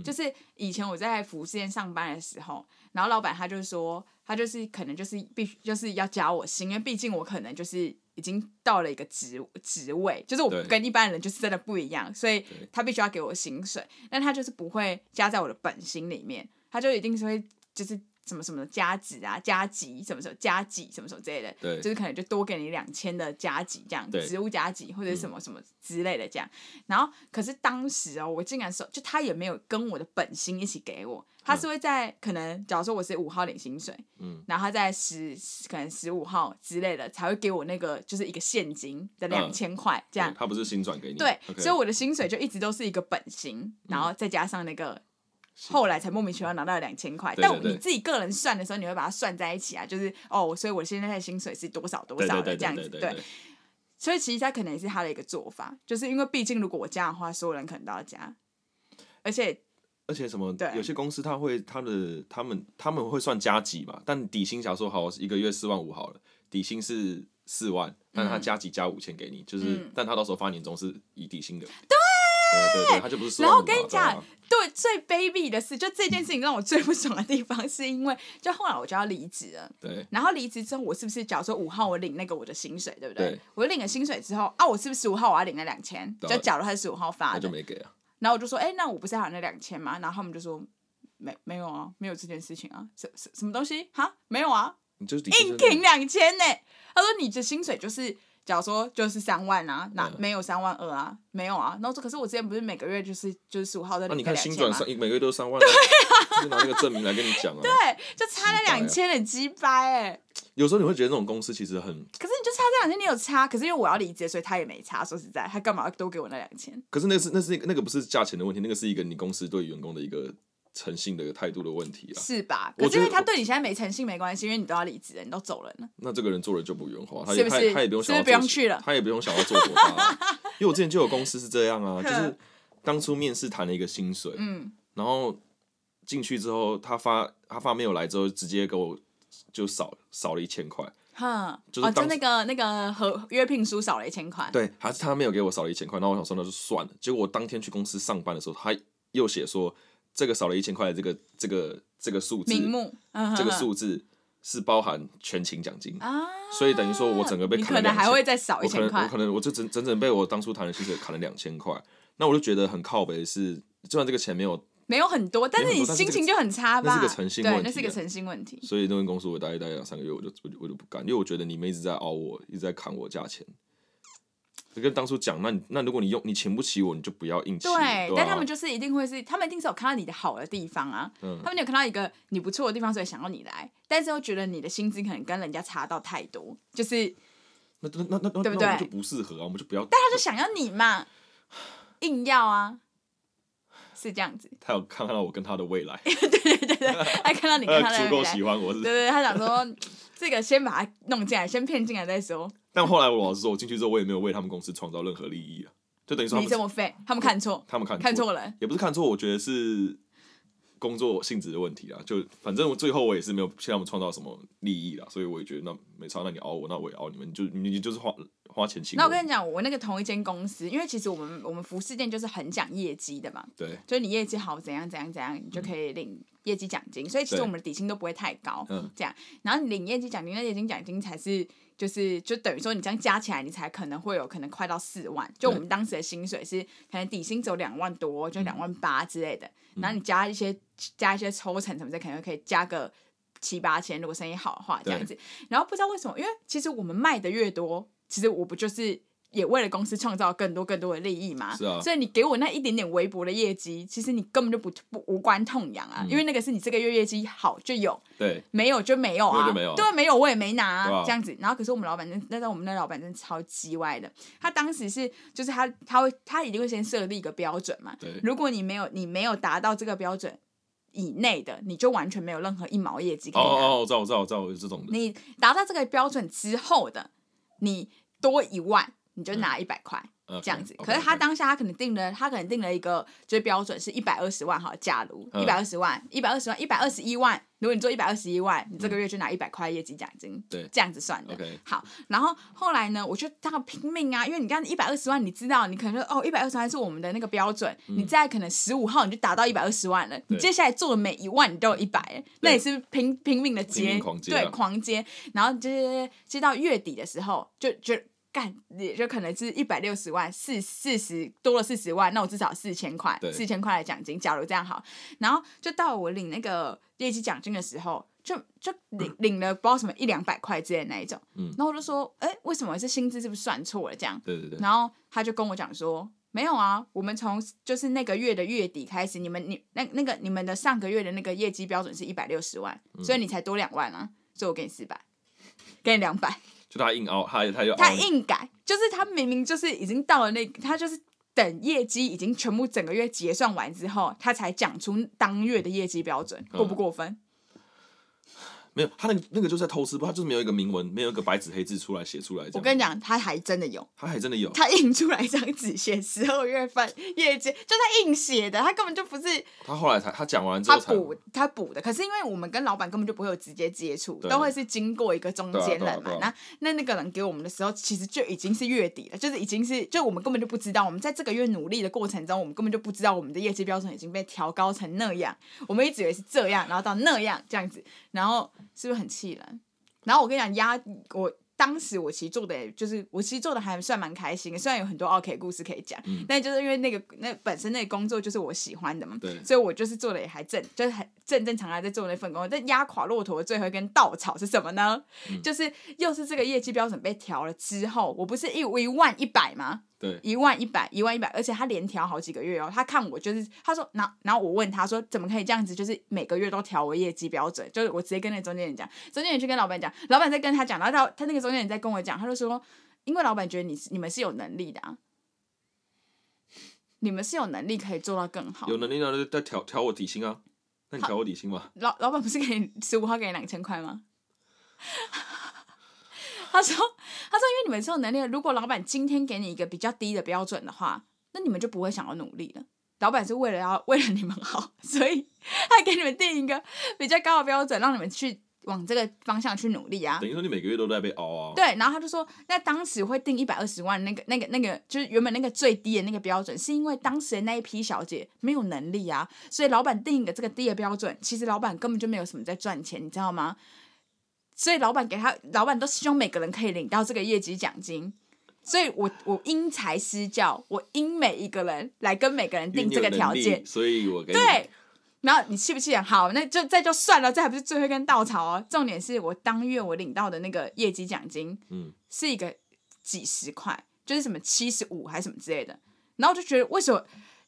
Speaker 2: 就是以前我在服饰店上班的时候，然后老板他就说，他就是可能就是必须就是要加我薪，因为毕竟我可能就是已经到了一个职职位，就是我
Speaker 1: 对
Speaker 2: 跟一般人就是真的不一样，所以
Speaker 1: 对
Speaker 2: 他必须要给我薪水，但他就是不会加在我的本薪里面，他就一定是会就是什么什么的加值啊、加级什么什么加级什么什么之类的，
Speaker 1: 对
Speaker 2: 就是可能就多给你两千的加级这样，
Speaker 1: 对嗯
Speaker 2: 职务加级或者什么什么之类的这样。然后可是当时哦，我竟然说，就他也没有跟我的本薪一起给我，他是会在、可能假如说我是五号领薪水，
Speaker 1: 嗯，
Speaker 2: 然后他在十可能十五号之类的才会给我那个就是一个现金的
Speaker 1: 嗯
Speaker 2: 两千块这样
Speaker 1: 对。他不是新转给你，
Speaker 2: 对
Speaker 1: o k
Speaker 2: 所以我的薪水就一直都是一个本薪，然
Speaker 1: 嗯
Speaker 2: 后再加上那个后来才莫名其妙拿到两千块。
Speaker 1: 对
Speaker 2: 但
Speaker 1: 对对
Speaker 2: 你自己个人算的时候，你会把它算在一起啊，就是哦，所以我现在的薪水是多少多
Speaker 1: 对
Speaker 2: 少
Speaker 1: 对
Speaker 2: 的
Speaker 1: 对
Speaker 2: 这样
Speaker 1: 对
Speaker 2: 子。
Speaker 1: 对对对，
Speaker 2: 所以其实他可能也是他的一个做法，就是因为毕竟如果我加的话，所有人可能都要加，而且
Speaker 1: 而且什么
Speaker 2: 对，
Speaker 1: 有些公司他会他的他们他们会算加级嘛，但底薪假如说好一个月四万五好了，底薪是四万，但他加级加五千给你，就是、
Speaker 2: 嗯
Speaker 1: 但他到时候发年终是以底薪的，对对对，他就不是4哦
Speaker 2: 然后
Speaker 1: 万
Speaker 2: 我跟你讲，对最卑鄙的事，就这件事情让我最不爽的地方，是因为就后来我就要离职了。
Speaker 1: 对
Speaker 2: 然后离职之后，我是不是假如说五号我领那个我的薪水，对不对？
Speaker 1: 对
Speaker 2: 我领了薪水之后啊，我是不是十五号我要领那两千？
Speaker 1: 对
Speaker 2: 就假如他是十五号发
Speaker 1: 他就
Speaker 2: 的，
Speaker 1: 没给啊，
Speaker 2: 然后我就说，哎、那我不是还有那两千吗？然后他们就说，没没有啊，没有这件事情
Speaker 1: *laughs*
Speaker 2: 啊，什什什么东西哈，没有啊，
Speaker 1: 你就是底薪
Speaker 2: 硬
Speaker 1: 就是
Speaker 2: 挺两千呢。他说你的薪水就是，假如说就是三万啊，那、
Speaker 1: 嗯
Speaker 2: 没有三万二啊，没有啊。然后说可是我之前不是每个月就是就是十五号在
Speaker 1: 那啊
Speaker 2: 领
Speaker 1: 你
Speaker 2: 个
Speaker 1: 看
Speaker 2: 两
Speaker 1: 新
Speaker 2: 千
Speaker 1: 转
Speaker 2: 吗
Speaker 1: 上？一每个月都三万、啊，就拿那个证明来跟你讲啊。
Speaker 2: *laughs* 对，就差了
Speaker 1: 啊
Speaker 2: 两千的鸡掰哎、
Speaker 1: 有时候你会觉得那种公司其实很，
Speaker 2: 可是你就差这两千，你有差，可是因为我要离职，所以他也没差。说实在，他干嘛要多给我那两千？
Speaker 1: 可是那是那是一个那个不是价钱的问题，那个是一个你公司对员工的一个诚信的一个态度的问题啊。
Speaker 2: 是吧？
Speaker 1: 我
Speaker 2: 可是因为
Speaker 1: 觉得
Speaker 2: 他对你现在没诚信没关系，因为你都要离职了，你都走人了。
Speaker 1: 那这个人做人就不圆滑，他
Speaker 2: 是
Speaker 1: 也
Speaker 2: 不
Speaker 1: 他
Speaker 2: 是
Speaker 1: 也他也不用想要
Speaker 2: 是不是不
Speaker 1: 做
Speaker 2: 用去了
Speaker 1: 他也不用想要做火大啊、因为我之前就有公司是这样
Speaker 2: *laughs*
Speaker 1: 啊，就
Speaker 2: 哼
Speaker 1: 是当初面试谈了一个薪水，
Speaker 2: 嗯，
Speaker 1: 然后进去之后他发他发没有来之后，直接给我就少少了一千块，
Speaker 2: *laughs* 哼，
Speaker 1: 就是
Speaker 2: 哦，就
Speaker 1: 当
Speaker 2: 那个那个合约聘书少了一千块，
Speaker 1: 对，还是他没有给我少了一千块，那我想说那就算了。结果我当天去公司上班的时候，他又写说这个少了一千块的这个这个这个数字，
Speaker 2: 名目，嗯哼
Speaker 1: 这个
Speaker 2: 哼
Speaker 1: 数字是包含全勤奖金，
Speaker 2: 啊，
Speaker 1: 所以等于说我整个被
Speaker 2: 你
Speaker 1: 砍
Speaker 2: 可
Speaker 1: 了
Speaker 2: 能还
Speaker 1: 2000
Speaker 2: 会再少一
Speaker 1: 我可
Speaker 2: 千
Speaker 1: 能我
Speaker 2: 块
Speaker 1: 可，能我就整整整被我当初谈的薪水砍了两千块，那我就觉得很靠北的是，就算这个钱没有，
Speaker 2: 没有很多，但是
Speaker 1: 没
Speaker 2: 你
Speaker 1: 有很多但是
Speaker 2: 心
Speaker 1: 这个
Speaker 2: 情就很差
Speaker 1: 那
Speaker 2: 吧？
Speaker 1: 是个诚信
Speaker 2: 对，
Speaker 1: 问
Speaker 2: 那
Speaker 1: 题
Speaker 2: 是个
Speaker 1: 啊
Speaker 2: 诚信问题。
Speaker 1: 所以那份公司我待一待两三个月我就我就我就不干，因为我觉得你们一直在熬我，一直在砍我价钱，跟当初讲，那你那如果你用你请不起我，你就不要硬请。
Speaker 2: 对，
Speaker 1: 对啊，
Speaker 2: 但他们就是一定会是，他们一定是有看到你的好的地方啊，
Speaker 1: 嗯
Speaker 2: 他们有看到一个你不错的地方，所以想要你来，但是又觉得你的薪资可能跟人家差到太多，就是
Speaker 1: 那那那那那
Speaker 2: 对不
Speaker 1: 那我们就
Speaker 2: 对
Speaker 1: 不适合啊，我们就不要。
Speaker 2: 他就想要你嘛，硬要啊，是这样子，
Speaker 1: 他有看到我跟他的未来，
Speaker 2: 他看 *laughs* 到你跟他
Speaker 1: 他
Speaker 2: 的
Speaker 1: *laughs* 呃足够
Speaker 2: 未来，
Speaker 1: 喜欢我
Speaker 2: 对
Speaker 1: 是。
Speaker 2: 对，对他想说 *laughs* 这个先把他弄进来，先骗进来再说，
Speaker 1: 但后来我老实说，我进去之后我也没有为他们公司创造任何利益啊，就等于说
Speaker 2: 你
Speaker 1: 他
Speaker 2: 这
Speaker 1: 们
Speaker 2: 么废，他们看错，
Speaker 1: 他们看
Speaker 2: 看错了，
Speaker 1: 也不是看错，我觉得是工作性质的问题啦。啊就反正我最后我也是没有替他们创造什么利益啦，所以我也觉得那没差，那你熬我，那我也熬你们，就你你就是花花钱请
Speaker 2: 那
Speaker 1: 我
Speaker 2: 我。跟你讲，我那个同一间公司，因为其实我们我们服饰店就是很讲业绩的嘛，
Speaker 1: 对，
Speaker 2: 就是你业绩好怎样怎样怎样，你就可以领业绩奖金。所以其实
Speaker 1: 对
Speaker 2: 我们的底薪都不会太高，
Speaker 1: 嗯
Speaker 2: 这样。然后你领业绩奖金，那业绩奖金才是就是就等于说你这样加起来，你才可能会有可能快到四万。就我们当时的薪水是可能底薪只有两万多，
Speaker 1: 嗯
Speaker 2: 就两万八之类的。然后你加一些加一些抽成什么的，可能可以加个。七八千，如果生意好的话，这样子。然后不知道为什么，因为其实我们卖的越多，其实我不就是也为了公司创造更多更多的利益嘛？
Speaker 1: 是啊
Speaker 2: 所以你给我那一点点微薄的业绩，其实你根本就不不无关痛痒
Speaker 1: 嗯
Speaker 2: 啊，因为那个是你这个月业绩好就有，
Speaker 1: 对，
Speaker 2: 没有就没有
Speaker 1: 没有
Speaker 2: 啊，
Speaker 1: 就没有啊
Speaker 2: 对，没有我也没拿、啊
Speaker 1: 对啊
Speaker 2: 这样子。然后可是我们老板真，那时候我们那老板真的超级歪的，他当时是就是他他会他一定会先设立一个标准嘛，
Speaker 1: 对
Speaker 2: 如果你没有你没有达到这个标准以内的，你就完全没有任何一毛业绩可
Speaker 1: 哦
Speaker 2: 以拿。
Speaker 1: 哦哦，我知道我知道我知道，有这种的，
Speaker 2: 你达到这个标准之后的，你多一万，你就拿一百块。
Speaker 1: 嗯
Speaker 2: 这样子。
Speaker 1: OK，OK，
Speaker 2: 可是他当下他可能定了，他可能定了一个就是标准是一百二十万哈，假如
Speaker 1: 嗯
Speaker 2: 一百二十万、一百二十万、一百二十一万，如果你做一百二十一万，你这个月就拿一百块业绩奖金，
Speaker 1: 嗯对
Speaker 2: 这样子算的。
Speaker 1: OK
Speaker 2: 好，然后后来呢，我就这样拼命啊，因为你刚一百二十万，你知道，你可能就哦，一百二十万是我们的那个标准，
Speaker 1: 嗯
Speaker 2: 你在可能十五号你就达到一百二十万了，你接下来做的每一万你都有一百，那也是拼拼命的接，
Speaker 1: 拼命狂接啊
Speaker 2: 对，狂接，然后接接到月底的时候，就就干，也就可能是一百六十万，四四十多了四十万，那我至少四千块
Speaker 1: 对，
Speaker 2: 四千块的奖金，假如这样好，然后就到我领那个业绩奖金的时候，就就领领了不知道什么一两百块之类的那一种，
Speaker 1: 嗯
Speaker 2: 然后我就说，哎、为什么是薪资是不是算错了这样？
Speaker 1: 对对对，
Speaker 2: 然后他就跟我讲说，没有啊，我们从就是那个月的月底开始，你们你那那个你们的上个月的那个业绩标准是一百六十万，
Speaker 1: 嗯
Speaker 2: 所以你才多两万啊，所以我给你四百，给你两百。
Speaker 1: 就他硬凹，他他就凹
Speaker 2: 他硬改，就是他明明就是已经到了那，他就是等业绩已经全部整个月结算完之后，他才讲出当月的业绩标准，
Speaker 1: 嗯
Speaker 2: 过不过分？
Speaker 1: 没有，他那个那个就是在偷吃，不，他就是没有一个明文，没有一个白纸黑字出来写出来这样。
Speaker 2: 我跟你讲，他还真的有，
Speaker 1: 他还真的有，
Speaker 2: 他印出来一张纸，写十二月份业绩，就他硬写的，他根本就不是
Speaker 1: 他后来才他讲完之
Speaker 2: 他
Speaker 1: 后才
Speaker 2: 补他补的。可是因为我们跟老板根本就不会有直接接触，
Speaker 1: 对
Speaker 2: 都会是经过一个中间人嘛
Speaker 1: 对啊对啊。对
Speaker 2: 那
Speaker 1: 啊
Speaker 2: 那那个人给我们的时候，其实就已经是月底了，就是已经是就我们根本就不知道，我们在这个月努力的过程中，我们根本就不知道我们的业绩标准已经被调高成那样，我们一直以为是这样，然后到那样这样子，然后是不是很气人？然后我跟你讲，压我当时我其实做的也就是我其实做的还算蛮开心的，虽然有很多 OK 故事可以讲，
Speaker 1: 嗯
Speaker 2: 但就是因为那个那本身那个工作就是我喜欢的嘛，
Speaker 1: 对
Speaker 2: 所以我就是做的也还正，就是很正正常常在做那份工作。但压垮骆驼的最后一根稻草是什么呢？
Speaker 1: 嗯
Speaker 2: 就是又是这个业绩标准被调了之后，我不是一一万一百吗？
Speaker 1: 对
Speaker 2: 一万一百，一万一百，而且他连调好几个月哦。他看我就是，他说，然后然后我问他说，怎么可以这样子？就是每个月都调我业绩标准，就是我直接跟那中间人讲，中间人去跟老板讲，老板再跟他讲，然后他他那个中间人再跟我讲，他就说，因为老板觉得你是你们是有能力的啊，你们是有能力可以做到更好。
Speaker 1: 有能力呢，就再调调我底薪啊，那你调我底薪嘛，
Speaker 2: 老老板不是给你十五号给你两千块吗？ *laughs* 他说：“他说，因为你们是有能力的，如果老板今天给你一个比较低的标准的话，那你们就不会想要努力了。老板是为了要为了你们好， *laughs* 所以他给你们定一个比较高的标准，让你们去往这个方向去努力啊。
Speaker 1: 等于说你每个月都在被凹啊。
Speaker 2: 对，然后他就说，那当时会定一百二十万那个、那个、那个，就是原本那个最低的那个标准，是因为当时的那一批小姐没有能力啊，所以老板定一个这个低的标准，其实老板根本就没有什么在赚钱，你知道吗？所以老板给他，老板都希望每个人可以领到这个业绩奖金。所以我我因材施教，我因每一个人来跟每个人
Speaker 1: 因为
Speaker 2: 定
Speaker 1: 你
Speaker 2: 这
Speaker 1: 有
Speaker 2: 个条
Speaker 1: 能力
Speaker 2: 件，
Speaker 1: 所以我给你
Speaker 2: 对，然后你气不气人？好，那就这就算了，这还不是最后一根稻草哦。重点是我当月我领到的那个业绩奖金，
Speaker 1: 嗯，
Speaker 2: 是一个几十块，就是什么七十五还是什么之类的，然后我就觉得为什么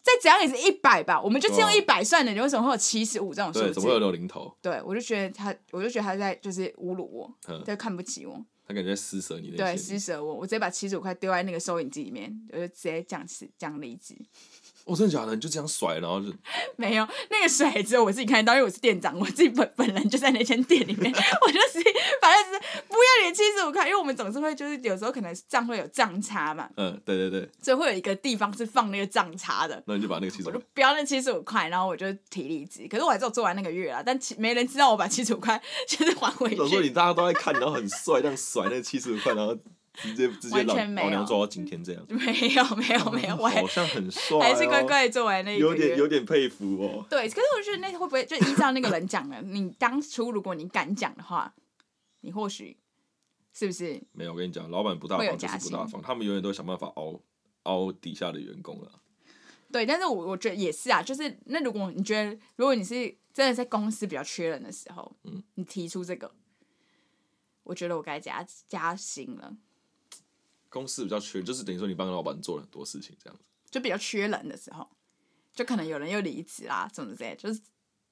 Speaker 2: 再怎样也是一百吧，我们就只用
Speaker 1: 对啊
Speaker 2: 一百算了，你为什么会有七十五这种
Speaker 1: 对，
Speaker 2: 数
Speaker 1: 怎么会有
Speaker 2: 字？
Speaker 1: 那种零头？
Speaker 2: 对，我就觉得他，我就觉得他在就是侮辱我，
Speaker 1: 嗯
Speaker 2: 就看不起我，
Speaker 1: 他感觉在施舍你
Speaker 2: 对，
Speaker 1: 那些
Speaker 2: 施
Speaker 1: 礼。
Speaker 2: 舍我，我直接把七十五块丢在那个收银机里面，我就直接讲辞讲离职。
Speaker 1: 我、哦真的假的？你就这样甩，然后就
Speaker 2: 没有，那个水只有我自己看得到，因为我是店长，我自己本本人就在那间店里面， *laughs* 我就是反正就是不要脸七十五块，因为我们总是会就是有时候可能账会有账差嘛，
Speaker 1: 嗯，对对对，
Speaker 2: 所以会有一个地方是放那个账差的。
Speaker 1: 那你就把那个气走
Speaker 2: 我就。不要那七十五块，然后我就提离职。可是我还是有做完那个月啦，但其没人知道我把七十五块 *laughs* 就是还回
Speaker 1: 我说你
Speaker 2: 去，
Speaker 1: 大家都在看，然后很帅，这样甩那七十五块，然后直接直接
Speaker 2: 完
Speaker 1: 老
Speaker 2: 全没有
Speaker 1: 老娘做到今天这样，
Speaker 2: 没有没有 *laughs* 没有，我还
Speaker 1: 哦好像很帅、哦，
Speaker 2: 还是乖乖地做完那一个
Speaker 1: 有点
Speaker 2: 月。
Speaker 1: 有点佩服哦。
Speaker 2: 对，可是我觉得那会不会就依照那个人讲的，你当初如果你敢讲的话，你或许是不是
Speaker 1: 没有，我跟你讲，老板不大
Speaker 2: 会有
Speaker 1: 方就
Speaker 2: 加
Speaker 1: 是不大
Speaker 2: 薪
Speaker 1: 方，他们永远都想办法熬熬底下的员工了。
Speaker 2: 对，但是我我觉得也是啊，就是那如果你觉得，如果你是真的在公司比较缺人的时候，
Speaker 1: 嗯，
Speaker 2: 你提出这个，我觉得我该加加薪了，
Speaker 1: 公司比较缺，就是等于说你帮老板做了很多事情这样子。
Speaker 2: 就比较缺人的时候，就可能有人又离职啦，什么之类的，就是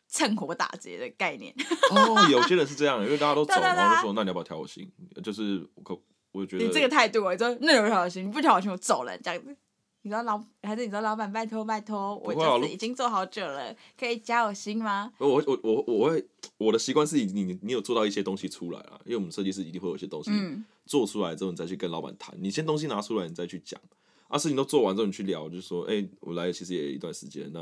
Speaker 2: 趁火打劫的概念。
Speaker 1: 哦，有些人是这样，因为大家
Speaker 2: *laughs*
Speaker 1: 都走，
Speaker 2: 对对对啊
Speaker 1: 然后就说那你要不要调我薪？呃就是我可我觉得
Speaker 2: *laughs* 你这个态度，我就那有人小心，你不调我心，我走了这样子。你知道老还是你知道老板拜托拜托，我
Speaker 1: 不会啊
Speaker 2: 就是
Speaker 1: 如
Speaker 2: 已经做好久了，可以加我薪吗？
Speaker 1: 我我我我我会我的习惯是你你你有做到一些东西出来啊，因为我们设计师一定会有一些东西、
Speaker 2: 嗯
Speaker 1: 做出来之后，你再去跟老板谈，你先东西拿出来，你再去讲。啊，事情都做完之后，你去聊，就说，哎、我来其实也一段时间，那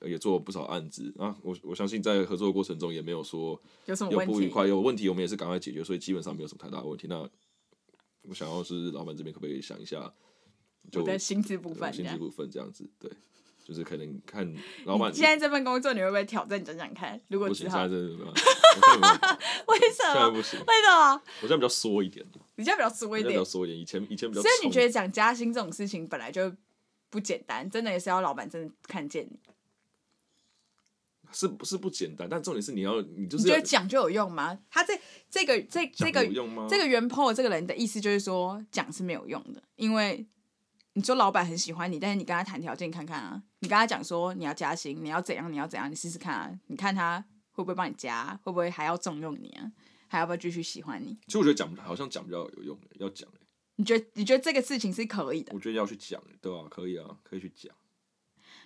Speaker 1: 呃也做了不少案子啊。我我相信在合作的过程中，也没有说
Speaker 2: 有什么
Speaker 1: 有
Speaker 2: 问
Speaker 1: 不愉
Speaker 2: 题？
Speaker 1: 快，有问题我们也是赶快解决，所以基本上没有什么太大的问题。那我想要是老板这边可不可以想一下，就
Speaker 2: 我的薪资部
Speaker 1: 对
Speaker 2: 分这
Speaker 1: 薪资
Speaker 2: 样。
Speaker 1: 部分这样子，对，就是可能看老板
Speaker 2: 你现在这份工作你会不会挑战？讲讲看，如果
Speaker 1: 不
Speaker 2: 只
Speaker 1: 行，现
Speaker 2: 好
Speaker 1: 在真的没
Speaker 2: *laughs*
Speaker 1: 办法，我现在没办法
Speaker 2: 为什
Speaker 1: 现在
Speaker 2: 么？
Speaker 1: 不
Speaker 2: *laughs*
Speaker 1: 行，
Speaker 2: 为什么？
Speaker 1: 我现在比较缩一点，
Speaker 2: 你现在比较粗
Speaker 1: 我
Speaker 2: 一
Speaker 1: 现在比
Speaker 2: 点
Speaker 1: 较，缩一点，以前以前比较
Speaker 2: 所
Speaker 1: 冲。
Speaker 2: 以你觉得讲加薪这种事情本来就不简单，真的也是要老板真的看见你。
Speaker 1: 是不是不简单？但重点是你要，你就
Speaker 2: 你
Speaker 1: 是
Speaker 2: 觉
Speaker 1: 要
Speaker 2: 得讲就有用吗？他这这个这这
Speaker 1: 讲
Speaker 2: 个
Speaker 1: 有用啊吗？
Speaker 2: 这个原 po 这个人的意思就是说，讲是没有用的，因为你说老板很喜欢你，但是你跟他谈条件看看啊，你跟他讲说你要加薪，你要怎样，你要怎样，你试试看啊，你看他会不会帮你加啊，会不会还要重用你啊，还要不要继续喜欢你？
Speaker 1: 其实我觉得讲好像讲比较有用，要讲，欸
Speaker 2: 你觉得你觉得这个事情是可以的？
Speaker 1: 我觉得要去讲，对吧、可以啊，可以去讲。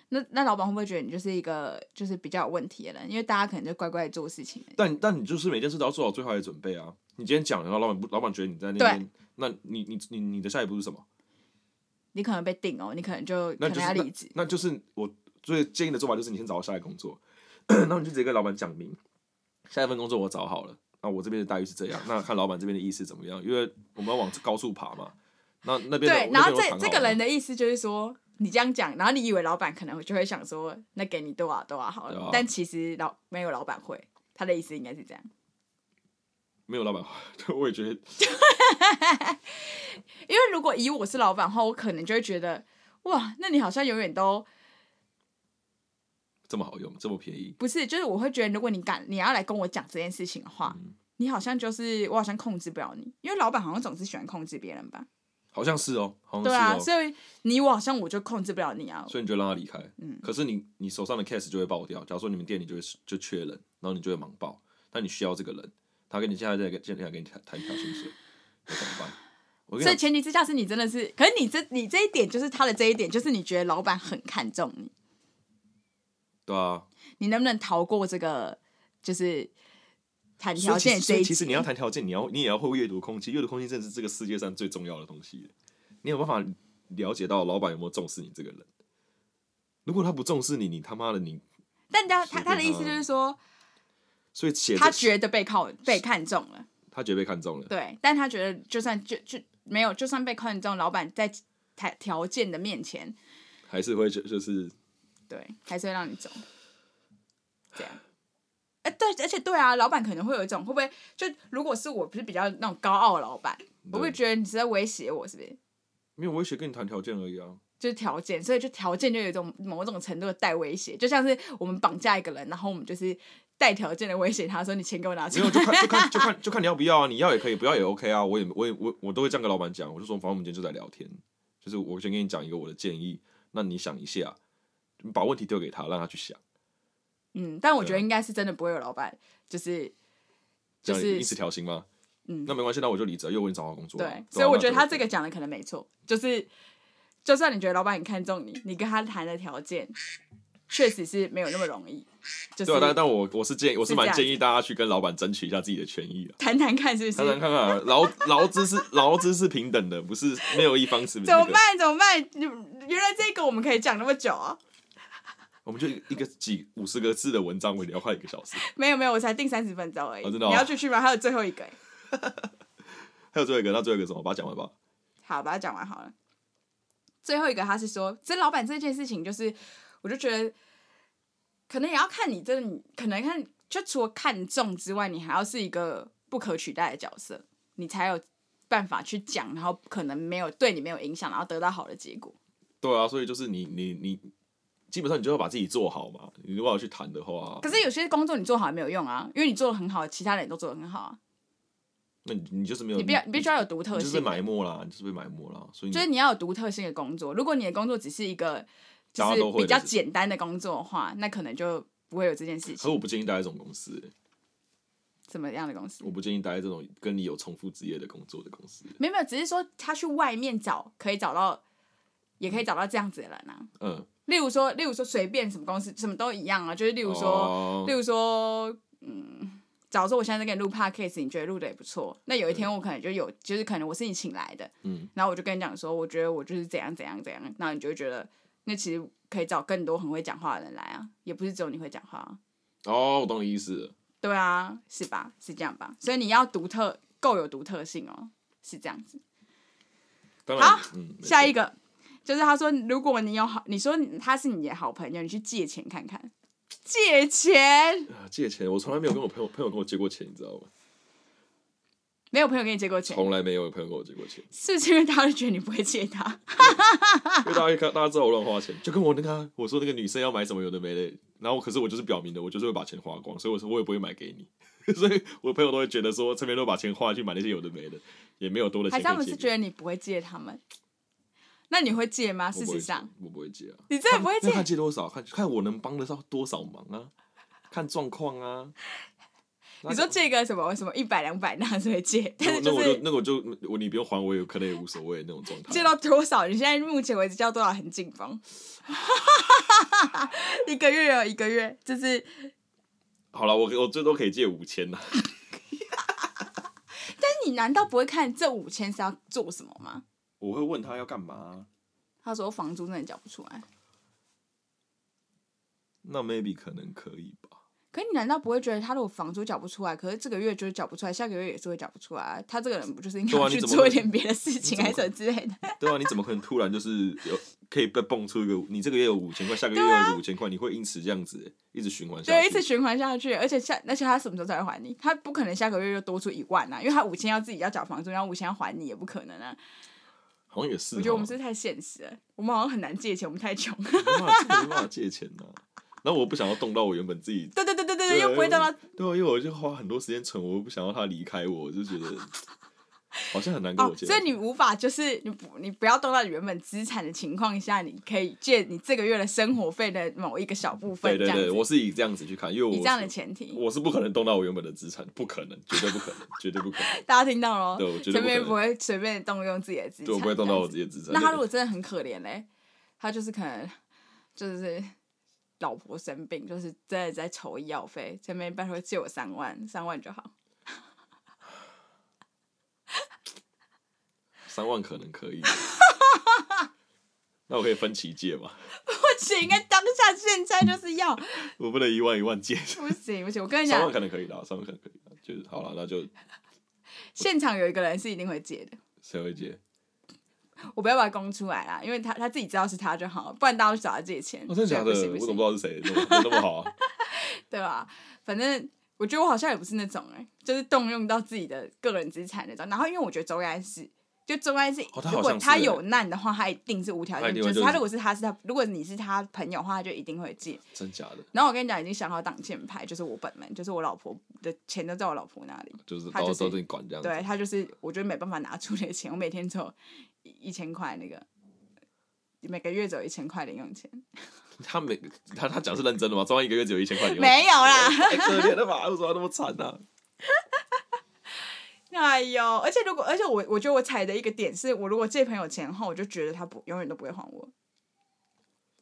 Speaker 2: 那那老板会不会觉得你就是一个就是比较有问题的人？因为大家可能就乖乖地做事情而已，
Speaker 1: 但但你就是每件事都要做好最坏的准备啊！你今天讲了，然后老板不，老板觉得你在那边，那你你你你的下一步是什么？
Speaker 2: 你可能被定哦，你可能就
Speaker 1: 那
Speaker 2: 可
Speaker 1: 就
Speaker 2: 能
Speaker 1: 是
Speaker 2: 要离职。
Speaker 1: 那就是我最建议的做法，就是你先找到下一个工作， *clears throat* 然后你就直接跟老板讲明，下一份工作我找好了，那我这边的待遇是这样，那看老板这边的意思怎么样，因为我们要往高处爬嘛。那那边的
Speaker 2: 对，
Speaker 1: 我
Speaker 2: 然
Speaker 1: 那边
Speaker 2: 后
Speaker 1: 有
Speaker 2: 这
Speaker 1: 谈
Speaker 2: 这
Speaker 1: 好
Speaker 2: 个
Speaker 1: 了
Speaker 2: 人的意思就是说，你这样讲，然后你以为老板可能就会想说，那给你多少多少好了，
Speaker 1: 对啊
Speaker 2: 但其实老没有老板会，他的意思应该是这样，
Speaker 1: 没有老板， *laughs* 我也觉得
Speaker 2: 因为如果以我是老板的话，我可能就会觉得，哇，那你好像永远都
Speaker 1: 这么好用，这么便宜，
Speaker 2: 不是，就是我会觉得，如果你敢你要来跟我讲这件事情的话，
Speaker 1: 嗯
Speaker 2: 你好像就是我好像控制不了你，因为老板好像总是喜欢控制别人吧，
Speaker 1: 好像是哦，好像
Speaker 2: 对
Speaker 1: 是
Speaker 2: 啊，
Speaker 1: 哦。
Speaker 2: 所以你我好像我就控制不了你啊，
Speaker 1: 所以你就让他离开。
Speaker 2: 嗯
Speaker 1: 可是你你手上的 case 就会爆掉。假如说你们店里就会就缺人，然后你就会忙爆，但你需要这个人，他跟你现在在现在跟你谈谈一条薪
Speaker 2: *sighs*
Speaker 1: 水，那怎么办？我跟
Speaker 2: 所以
Speaker 1: 你讲，
Speaker 2: 前提之下是你真的是，可是你这你这一点就是他的这一点，就是你觉得老板很看重你，
Speaker 1: 对啊，
Speaker 2: 你能不能逃过这个就是谈
Speaker 1: 所
Speaker 2: 条
Speaker 1: 以其
Speaker 2: 件
Speaker 1: 实
Speaker 2: 这
Speaker 1: 所
Speaker 2: 一
Speaker 1: 以其实
Speaker 2: 集？
Speaker 1: 你要谈条件，你要你也要会阅读空气，阅读空气真的是这个世界上最重要的东西。你有办法了解到老板有没有重视你这个人？如果他不重视你，你他妈的你，
Speaker 2: 但他
Speaker 1: 随
Speaker 2: 他
Speaker 1: 便
Speaker 2: 他的意思
Speaker 1: 他
Speaker 2: 就是说，
Speaker 1: 所以写
Speaker 2: 他
Speaker 1: 这
Speaker 2: 觉得被靠被看中了，
Speaker 1: 他绝对被看中了。
Speaker 2: 对，但他觉得就算就就没有，就算被看中，老板在谈条件的面前，
Speaker 1: 还是会就就是
Speaker 2: 对，还是会让你走，这样。哎、对，而且对啊，老板可能会有一种会不会就如果是我不是比较那种高傲的老板，我会
Speaker 1: 对
Speaker 2: 觉得你是在威胁我，是不是？
Speaker 1: 没有，我也学跟你谈条件而已啊。
Speaker 2: 就是条件，所以就条件就有一种某种程度的带威胁，就像是我们绑架一个人，然后我们就是带条件的威胁他说：“你钱给我拿
Speaker 1: 没
Speaker 2: 出
Speaker 1: 有
Speaker 2: 来。
Speaker 1: 就看就看就看就看你要不要啊，你要也可以，不要也 OK 啊。我也我也我我都会这样跟老板讲，我就说反正我们今天就在聊天，就是我先跟你讲一个我的建议，那你想一下，你把问题丢给他，让他去想，
Speaker 2: *laughs* 嗯，但我觉
Speaker 1: 对啊
Speaker 2: 得应该是真的不会有老板，就是
Speaker 1: 这
Speaker 2: 就
Speaker 1: 样
Speaker 2: 是
Speaker 1: 一直调薪吗？
Speaker 2: 嗯
Speaker 1: 那没关系，那我就离职，又为你找好工作啊。
Speaker 2: 对
Speaker 1: 啊，
Speaker 2: 所以我觉得
Speaker 1: 那
Speaker 2: 他这个讲的可能没错，就是就算你觉得老板很看重你，你跟他谈的条件确实是没有那么容易，就是
Speaker 1: 对啊，但但我我是建议，我
Speaker 2: 是
Speaker 1: 是
Speaker 2: 这
Speaker 1: 蛮
Speaker 2: 样
Speaker 1: 建
Speaker 2: 子
Speaker 1: 议大家去跟老板争取一下自己的权益啊。
Speaker 2: 谈谈看是不是？
Speaker 1: 当然看看啊，劳劳资是劳资是平等的，不是没有一方是不是
Speaker 2: 怎
Speaker 1: 那
Speaker 2: 么
Speaker 1: 个？
Speaker 2: 办？怎么办？你原来这个我们可以讲那么久啊？
Speaker 1: 我们就一一个几五十个字的文章，我聊快一个小时。
Speaker 2: 没有没有，我才定三十分钟而已。
Speaker 1: 哦真的哦
Speaker 2: 你要继续吗？还有最后一个欸，
Speaker 1: 还有最后一个，那最后一个什么？把它讲完吧。
Speaker 2: 好，把它讲完好了。最后一个他是说，这老板这件事情，就是我就觉得，可能也要看你真的，可能看就除了看重之外，你还要是一个不可取代的角色，你才有办法去讲，然后可能没有对你没有影响，然后得到好的结果。
Speaker 1: 对啊，所以就是你你你，基本上你就要把自己做好嘛。你如果要去谈的话，
Speaker 2: 可是有些工作你做好也没有用啊，因为你做的很好，其他人也都做的很好啊，
Speaker 1: 那你你就是没有
Speaker 2: 你必要你必须要有独
Speaker 1: 你
Speaker 2: 特
Speaker 1: 就是被
Speaker 2: 性。
Speaker 1: 埋没啦，你就是被埋没啦。所以你
Speaker 2: 就是你要有独特性的工作。如果你的工作只是一个就
Speaker 1: 大家
Speaker 2: 是
Speaker 1: 都会
Speaker 2: 比
Speaker 1: 的
Speaker 2: 较
Speaker 1: 事
Speaker 2: 简单的工作的话，那可能就不会有这件事
Speaker 1: 可是
Speaker 2: 情。
Speaker 1: 我不建议待在这种公司、欸
Speaker 2: 怎么样的公司
Speaker 1: 我？不建议待在这种跟你有重复职业的工作的公司。
Speaker 2: 没有没有，只是说他去外面找，可以找到，也可以找到这样子的人啊。
Speaker 1: 嗯，
Speaker 2: 例如说，例如说随便什么公司什么都一样啊，就是
Speaker 1: 比
Speaker 2: 例如说，
Speaker 1: 哦
Speaker 2: 例如说，嗯。假如说我现在在跟你录 podcast，你觉得录的也不错，那有一天我可能就有，就是可能我是你请来的，
Speaker 1: 嗯，
Speaker 2: 然后我就跟你讲说，我觉得我就是怎样怎样怎样，那你就会觉得，那其实可以找更多很会讲话的人来啊，也不是只有你会讲话、啊，
Speaker 1: 哦，我懂你意思了。
Speaker 2: 对啊，是吧？是这样吧？所以你要独特，够有独特性哦，是这样子。
Speaker 1: 当
Speaker 2: 好
Speaker 1: 然，嗯，没
Speaker 2: 下
Speaker 1: 错
Speaker 2: 一个就是他说，如果你有好，你说他是你的好朋友，你去借钱看看，借钱，
Speaker 1: 啊借钱，我从来没有跟我朋友朋友跟我借过钱，你知道吗？
Speaker 2: 没有朋友给你借过钱，
Speaker 1: 从来没有朋友跟我借过钱，
Speaker 2: 是不是因为他会觉得你不会借他？
Speaker 1: 因为大家看大家知道我乱花钱，就跟我那个啊我说那个女生要买什么有的没的，然后可是我就是表明的，我就是会把钱花光，所以我说我也不会买给你， *laughs* 所以我朋友都会觉得说这边都把钱花去买那些有的没的，也 *laughs* 没有多的
Speaker 2: 还
Speaker 1: 钱
Speaker 2: 是他
Speaker 1: 可
Speaker 2: 们
Speaker 1: 以借
Speaker 2: 是
Speaker 1: 给
Speaker 2: 觉
Speaker 1: 你。
Speaker 2: 得你不会借他们？那你会借吗？
Speaker 1: 我
Speaker 2: 事
Speaker 1: 不
Speaker 2: 实
Speaker 1: 会
Speaker 2: 上，
Speaker 1: 借，我不会借啊，
Speaker 2: 你真的不会
Speaker 1: 看 *laughs* 那看
Speaker 2: 借。
Speaker 1: 借多少，看看我能帮得上多少忙啊，看状况啊。
Speaker 2: 你说借个什么什么一百两百那是会借，
Speaker 1: *laughs*
Speaker 2: 但
Speaker 1: 那
Speaker 2: 是
Speaker 1: 那
Speaker 2: 就
Speaker 1: 我就是那我就我你不用还我，也可能也无所谓那种状态。
Speaker 2: 借到多少？你现在目前为止借到多少很紧绷？ *laughs* 一个月哦有一个月，就是
Speaker 1: 好了，我我最多可以借五千呐。
Speaker 2: 那你难道不会看这五千是要做什么吗？
Speaker 1: 我会问他要干嘛，啊
Speaker 2: 他说房租真的缴不出来，
Speaker 1: 那 maybe 可能可以吧。
Speaker 2: 可你难道不会觉得他如果房租缴不出来，可是这个月就是缴不出来，下个月也是会缴不出来啊？他这个人不就是应该
Speaker 1: 对啊
Speaker 2: 要去
Speaker 1: 你怎么
Speaker 2: 做
Speaker 1: 会
Speaker 2: 一点别的事情
Speaker 1: 你
Speaker 2: 还是
Speaker 1: 怎
Speaker 2: 什
Speaker 1: 么
Speaker 2: 么之
Speaker 1: *laughs*
Speaker 2: 类的？
Speaker 1: 对啊，你怎么可能突然就是有可以被蹦出一个？你这个月有五千块，下个月又有五千块，你会因此这样子欸一直循环下
Speaker 2: 啊对，啊
Speaker 1: 去？
Speaker 2: 一直循环下去，而且下，而且他什么时候才会还你？他不可能下个月又多出一万啊，因为他五千要自己要缴房租，然后五千要还你也不可能啊。
Speaker 1: 好像也是哦。
Speaker 2: 我觉得我们是太现实了，我们好像很难借钱，我们太穷。
Speaker 1: 没办法没办法借钱呐、然后我不想要动到我原本自己，
Speaker 2: *laughs* 对对对对对，
Speaker 1: 对
Speaker 2: 又不会到到，
Speaker 1: 对啊，因为我就花很多时间存，我又不想要他离开我，我就觉得好像很难跟
Speaker 2: 哦
Speaker 1: 我，借。
Speaker 2: 所以你无法就是你不你不要动到你原本资产的情况下，你可以借你这个月的生活费的某一个小部分，
Speaker 1: 对对
Speaker 2: 这样
Speaker 1: 对，
Speaker 2: 子
Speaker 1: 我是以这样子去看，因为我
Speaker 2: 以这样的
Speaker 1: 是
Speaker 2: 前提，
Speaker 1: 我是不可能动到我原本的资产，不可能，绝对不可能，绝对不可能。
Speaker 2: 大家听到了
Speaker 1: 对，
Speaker 2: 哦，
Speaker 1: 我绝对不
Speaker 2: 前
Speaker 1: 可
Speaker 2: 面
Speaker 1: 能。
Speaker 2: 不会随便动用自己的资产，
Speaker 1: 对，我不会动到我自
Speaker 2: 己。
Speaker 1: 己的资产。
Speaker 2: 那他如果真的很可怜嘞，他就是可能就是老婆生病，就是真的在筹医药费，前面拜托借我三万，三万就好。 *laughs*
Speaker 1: 三万可能可
Speaker 2: *laughs*
Speaker 1: 以，那我可以分期借嘛？
Speaker 2: 不行，应该当下现在就是要， *laughs*
Speaker 1: 我不能一万一万借， *laughs*
Speaker 2: 不行不行，我跟你
Speaker 1: 三万
Speaker 2: 讲，
Speaker 1: 可能可以的，三万可能可以的，就是好了，那就
Speaker 2: 现场有一个人是一定会借的。
Speaker 1: 谁会借？
Speaker 2: 我不要把它供出来啦，因为他他自己知道是他就好，不然大家会找他借钱。
Speaker 1: 哦，真的假的？
Speaker 2: 所以
Speaker 1: 我
Speaker 2: 不
Speaker 1: 怎
Speaker 2: 行不
Speaker 1: 么不知
Speaker 2: 行
Speaker 1: 道是谁？怎么怎么那么好啊？ *laughs*
Speaker 2: 对吧？反正我觉得我好像也不是那种哎、就是动用到自己的个人资产那种。然后因为我觉得周安是，就周安是，
Speaker 1: 哦他好像
Speaker 2: 如果
Speaker 1: 是
Speaker 2: 他
Speaker 1: 欸
Speaker 2: 有难的话，他一定是无条
Speaker 1: 他
Speaker 2: 件，
Speaker 1: 一定
Speaker 2: 就
Speaker 1: 会
Speaker 2: 是
Speaker 1: 就是
Speaker 2: 他如果是他是他，如果你是他朋友的话，他就一定会借。
Speaker 1: 真假的？
Speaker 2: 然后我跟你讲，已经想好挡箭牌，就是我本人，就是我老婆的钱都在我老婆那里，
Speaker 1: 就是
Speaker 2: 他
Speaker 1: 到
Speaker 2: 就是
Speaker 1: 到这里管这样子。
Speaker 2: 对他就是我觉得没办法拿出那个钱，我每天只有一一千块那个每个月只有一千块零用钱，
Speaker 1: 他每他他讲是认真的吗？赚一个月只有一千块零用钱，
Speaker 2: 没有啦。
Speaker 1: 太可怜了吧？为什么要那么惨啊呢、
Speaker 2: 哎呦，而且如果，而且我我觉得我踩的一个点是，我如果借朋友钱的话，我就觉得他不永远都不会还我，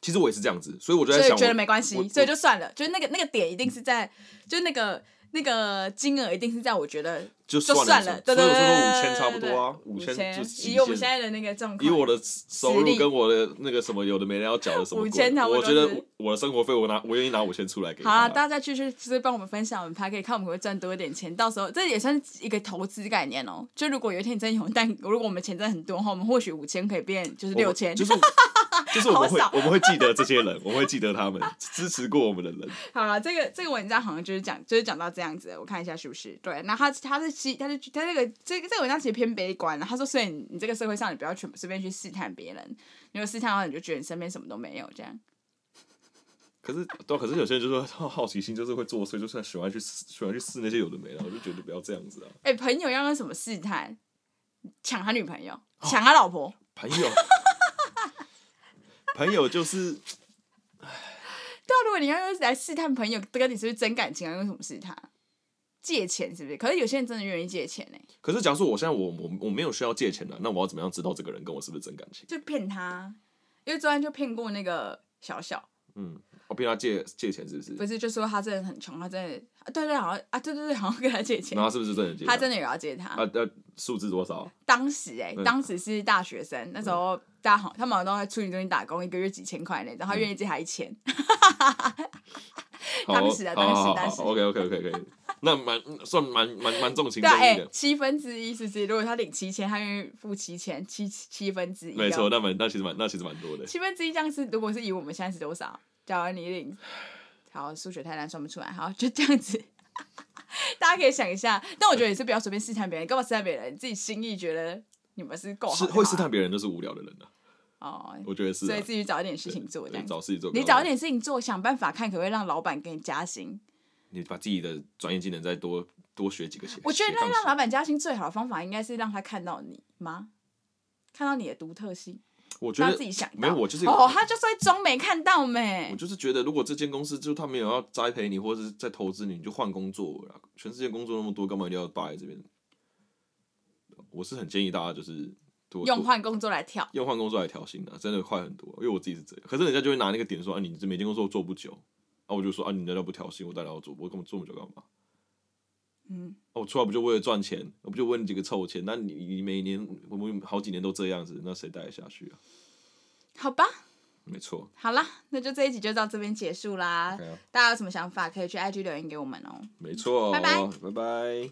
Speaker 1: 其实我也是这样子，所以我就
Speaker 2: 所
Speaker 1: 在
Speaker 2: 以
Speaker 1: 想，
Speaker 2: 觉得
Speaker 1: 我
Speaker 2: 没关
Speaker 1: 我
Speaker 2: 系，所以就算了。就是那个那个点一定是在，就是那个那个金额一定是在我觉得
Speaker 1: 就
Speaker 2: 就
Speaker 1: 算
Speaker 2: 算
Speaker 1: 了
Speaker 2: 了，
Speaker 1: 所
Speaker 2: 对
Speaker 1: 以我
Speaker 2: 对
Speaker 1: 说
Speaker 2: 对
Speaker 1: 五
Speaker 2: 对
Speaker 1: 千
Speaker 2: 对
Speaker 1: 差不多啊，
Speaker 2: 五
Speaker 1: 千就极
Speaker 2: 以我们现
Speaker 1: 限
Speaker 2: 在的那个状况，
Speaker 1: 以我的收入
Speaker 2: 力
Speaker 1: 跟我的那个什么有的没的要缴的什么鬼
Speaker 2: 5000差
Speaker 1: 的，
Speaker 2: 不多
Speaker 1: 我觉得
Speaker 2: 是
Speaker 1: 我的生活费我拿我愿意拿五千出来给
Speaker 2: 好
Speaker 1: 他啦。
Speaker 2: 啊，大家去去就是帮我们分享我们还可以看我们会不会赚多一点钱。到时候这也算是一个投资概念哦。就如果有一天你真有，但如果我们钱真的很多的话，我们或许五千可以变就是
Speaker 1: 我们
Speaker 2: 六千。 *laughs*
Speaker 1: 就是就是我们会
Speaker 2: 好少
Speaker 1: 我们会记得这些人，我们会记得他们支持过我们的人。
Speaker 2: 好了，这个这个文章好像就是讲就是讲到这样子，我看一下是不是对。那他他是其他是他这个这个这个文章其实偏悲观啊了。他说，所以你你这个社会上你不要全部随便去试探别人，如果试探的话，你就觉得你身边什么都没有这样。
Speaker 1: 可是对啊、可是有些人就说好好奇心就是会作祟，就是很喜欢去试喜欢去试那些有的没的，我就觉得不要这样子啊，
Speaker 2: 哎、朋友要用什么试探？抢他女朋友，抢他老婆。
Speaker 1: 朋
Speaker 2: *laughs*
Speaker 1: 友。朋友就是
Speaker 2: 对啊，如果你要用来试探朋友跟你是不是真感情啊，用什么试探？借钱是不是？可是有些人真的愿意借钱呢、欸
Speaker 1: 可是，假如说我现在我我我没有需要借钱了，啊那我要怎么样知道这个人跟我是不是真感情？
Speaker 2: 就骗他。因为昨天就骗过那个小小，
Speaker 1: 嗯，我骗他借借钱是不是？
Speaker 2: 不是就说他真的很穷，他真的啊，对对，好像啊，对对对，好像跟他借钱
Speaker 1: 那，他是不是真的借
Speaker 2: 他
Speaker 1: 钱？
Speaker 2: 真的有要借他。
Speaker 1: 啊呃，数字多少？
Speaker 2: 当时哎、
Speaker 1: 嗯
Speaker 2: 当时是大学生，那时候大家好，他们好像都在处女中心打工，一个月几千块那种，他愿意借他一千，
Speaker 1: 嗯好
Speaker 2: 当时啊
Speaker 1: 好
Speaker 2: 当时
Speaker 1: 好好
Speaker 2: 当时
Speaker 1: OK OK OK OK，那 *laughs* 蛮算蛮蛮蛮重情重
Speaker 2: 对啊，哎、
Speaker 1: 义的，
Speaker 2: 七分之一是不是？如果他领七千，他愿意付七千，七七分之一、哦，
Speaker 1: 没错，那蛮那其实蛮那其实蛮多的。
Speaker 2: 七分之一这样 *laughs* 是，如果是以我们现在是多少？假如你领，好，数学太难算不出来，好，就这样子。 *laughs* 大家可以想一下，但我觉得也是不要随便试探别人，干嘛试探别人？你自己心意觉得你们是够好
Speaker 1: 是
Speaker 2: 就好
Speaker 1: 会试探别人就是无聊的人啊，
Speaker 2: 哦，
Speaker 1: 我觉得是、
Speaker 2: 所
Speaker 1: 啊
Speaker 2: 以。自己找一点事情做这
Speaker 1: 对
Speaker 2: 样子。
Speaker 1: 找事情做，
Speaker 2: 你找一，点事情做，想办法看可不可以让老板给你加
Speaker 1: *laughs*
Speaker 2: 薪。
Speaker 1: 你把自己的专业技能再多多学几个斜。
Speaker 2: 我觉得
Speaker 1: 斜杠
Speaker 2: 让让
Speaker 1: 斜
Speaker 2: 老板加薪最好的方法应该是让他看到你吗？看到你的独特性，
Speaker 1: 我觉
Speaker 2: 让
Speaker 1: 得
Speaker 2: 自己想到。
Speaker 1: 没有，我就是
Speaker 2: 哦，他就是会装没看到没
Speaker 1: 我。就是觉得，如果这间公司就他没有要栽培你，或者是在投资你，你就换工作了啦。全世界工作那么多，干嘛一定要待在这边？我是很建议大家就是多
Speaker 2: 用
Speaker 1: 多
Speaker 2: 换工作来跳。
Speaker 1: 用换工作来调薪的、真的快很多。啊因为我自己是这样，可是人家就会拿那个点说啊，你这每间工作做不久，啊，我就说啊，你难道不调薪？我当然要做，我根本做不久干嘛？
Speaker 2: 嗯，
Speaker 1: 啊，我出来不就为了赚钱，我不就为了几个臭钱？那你你每年我们好几年都这样子，那谁待得下去啊？
Speaker 2: 好吧，
Speaker 1: 没错，
Speaker 2: 好啦，那就这一集就到这边结束啦。
Speaker 1: OK 啊
Speaker 2: 大家有什么想法可以去 IG 留言给我们哦。
Speaker 1: 没错，
Speaker 2: 拜拜
Speaker 1: 拜拜。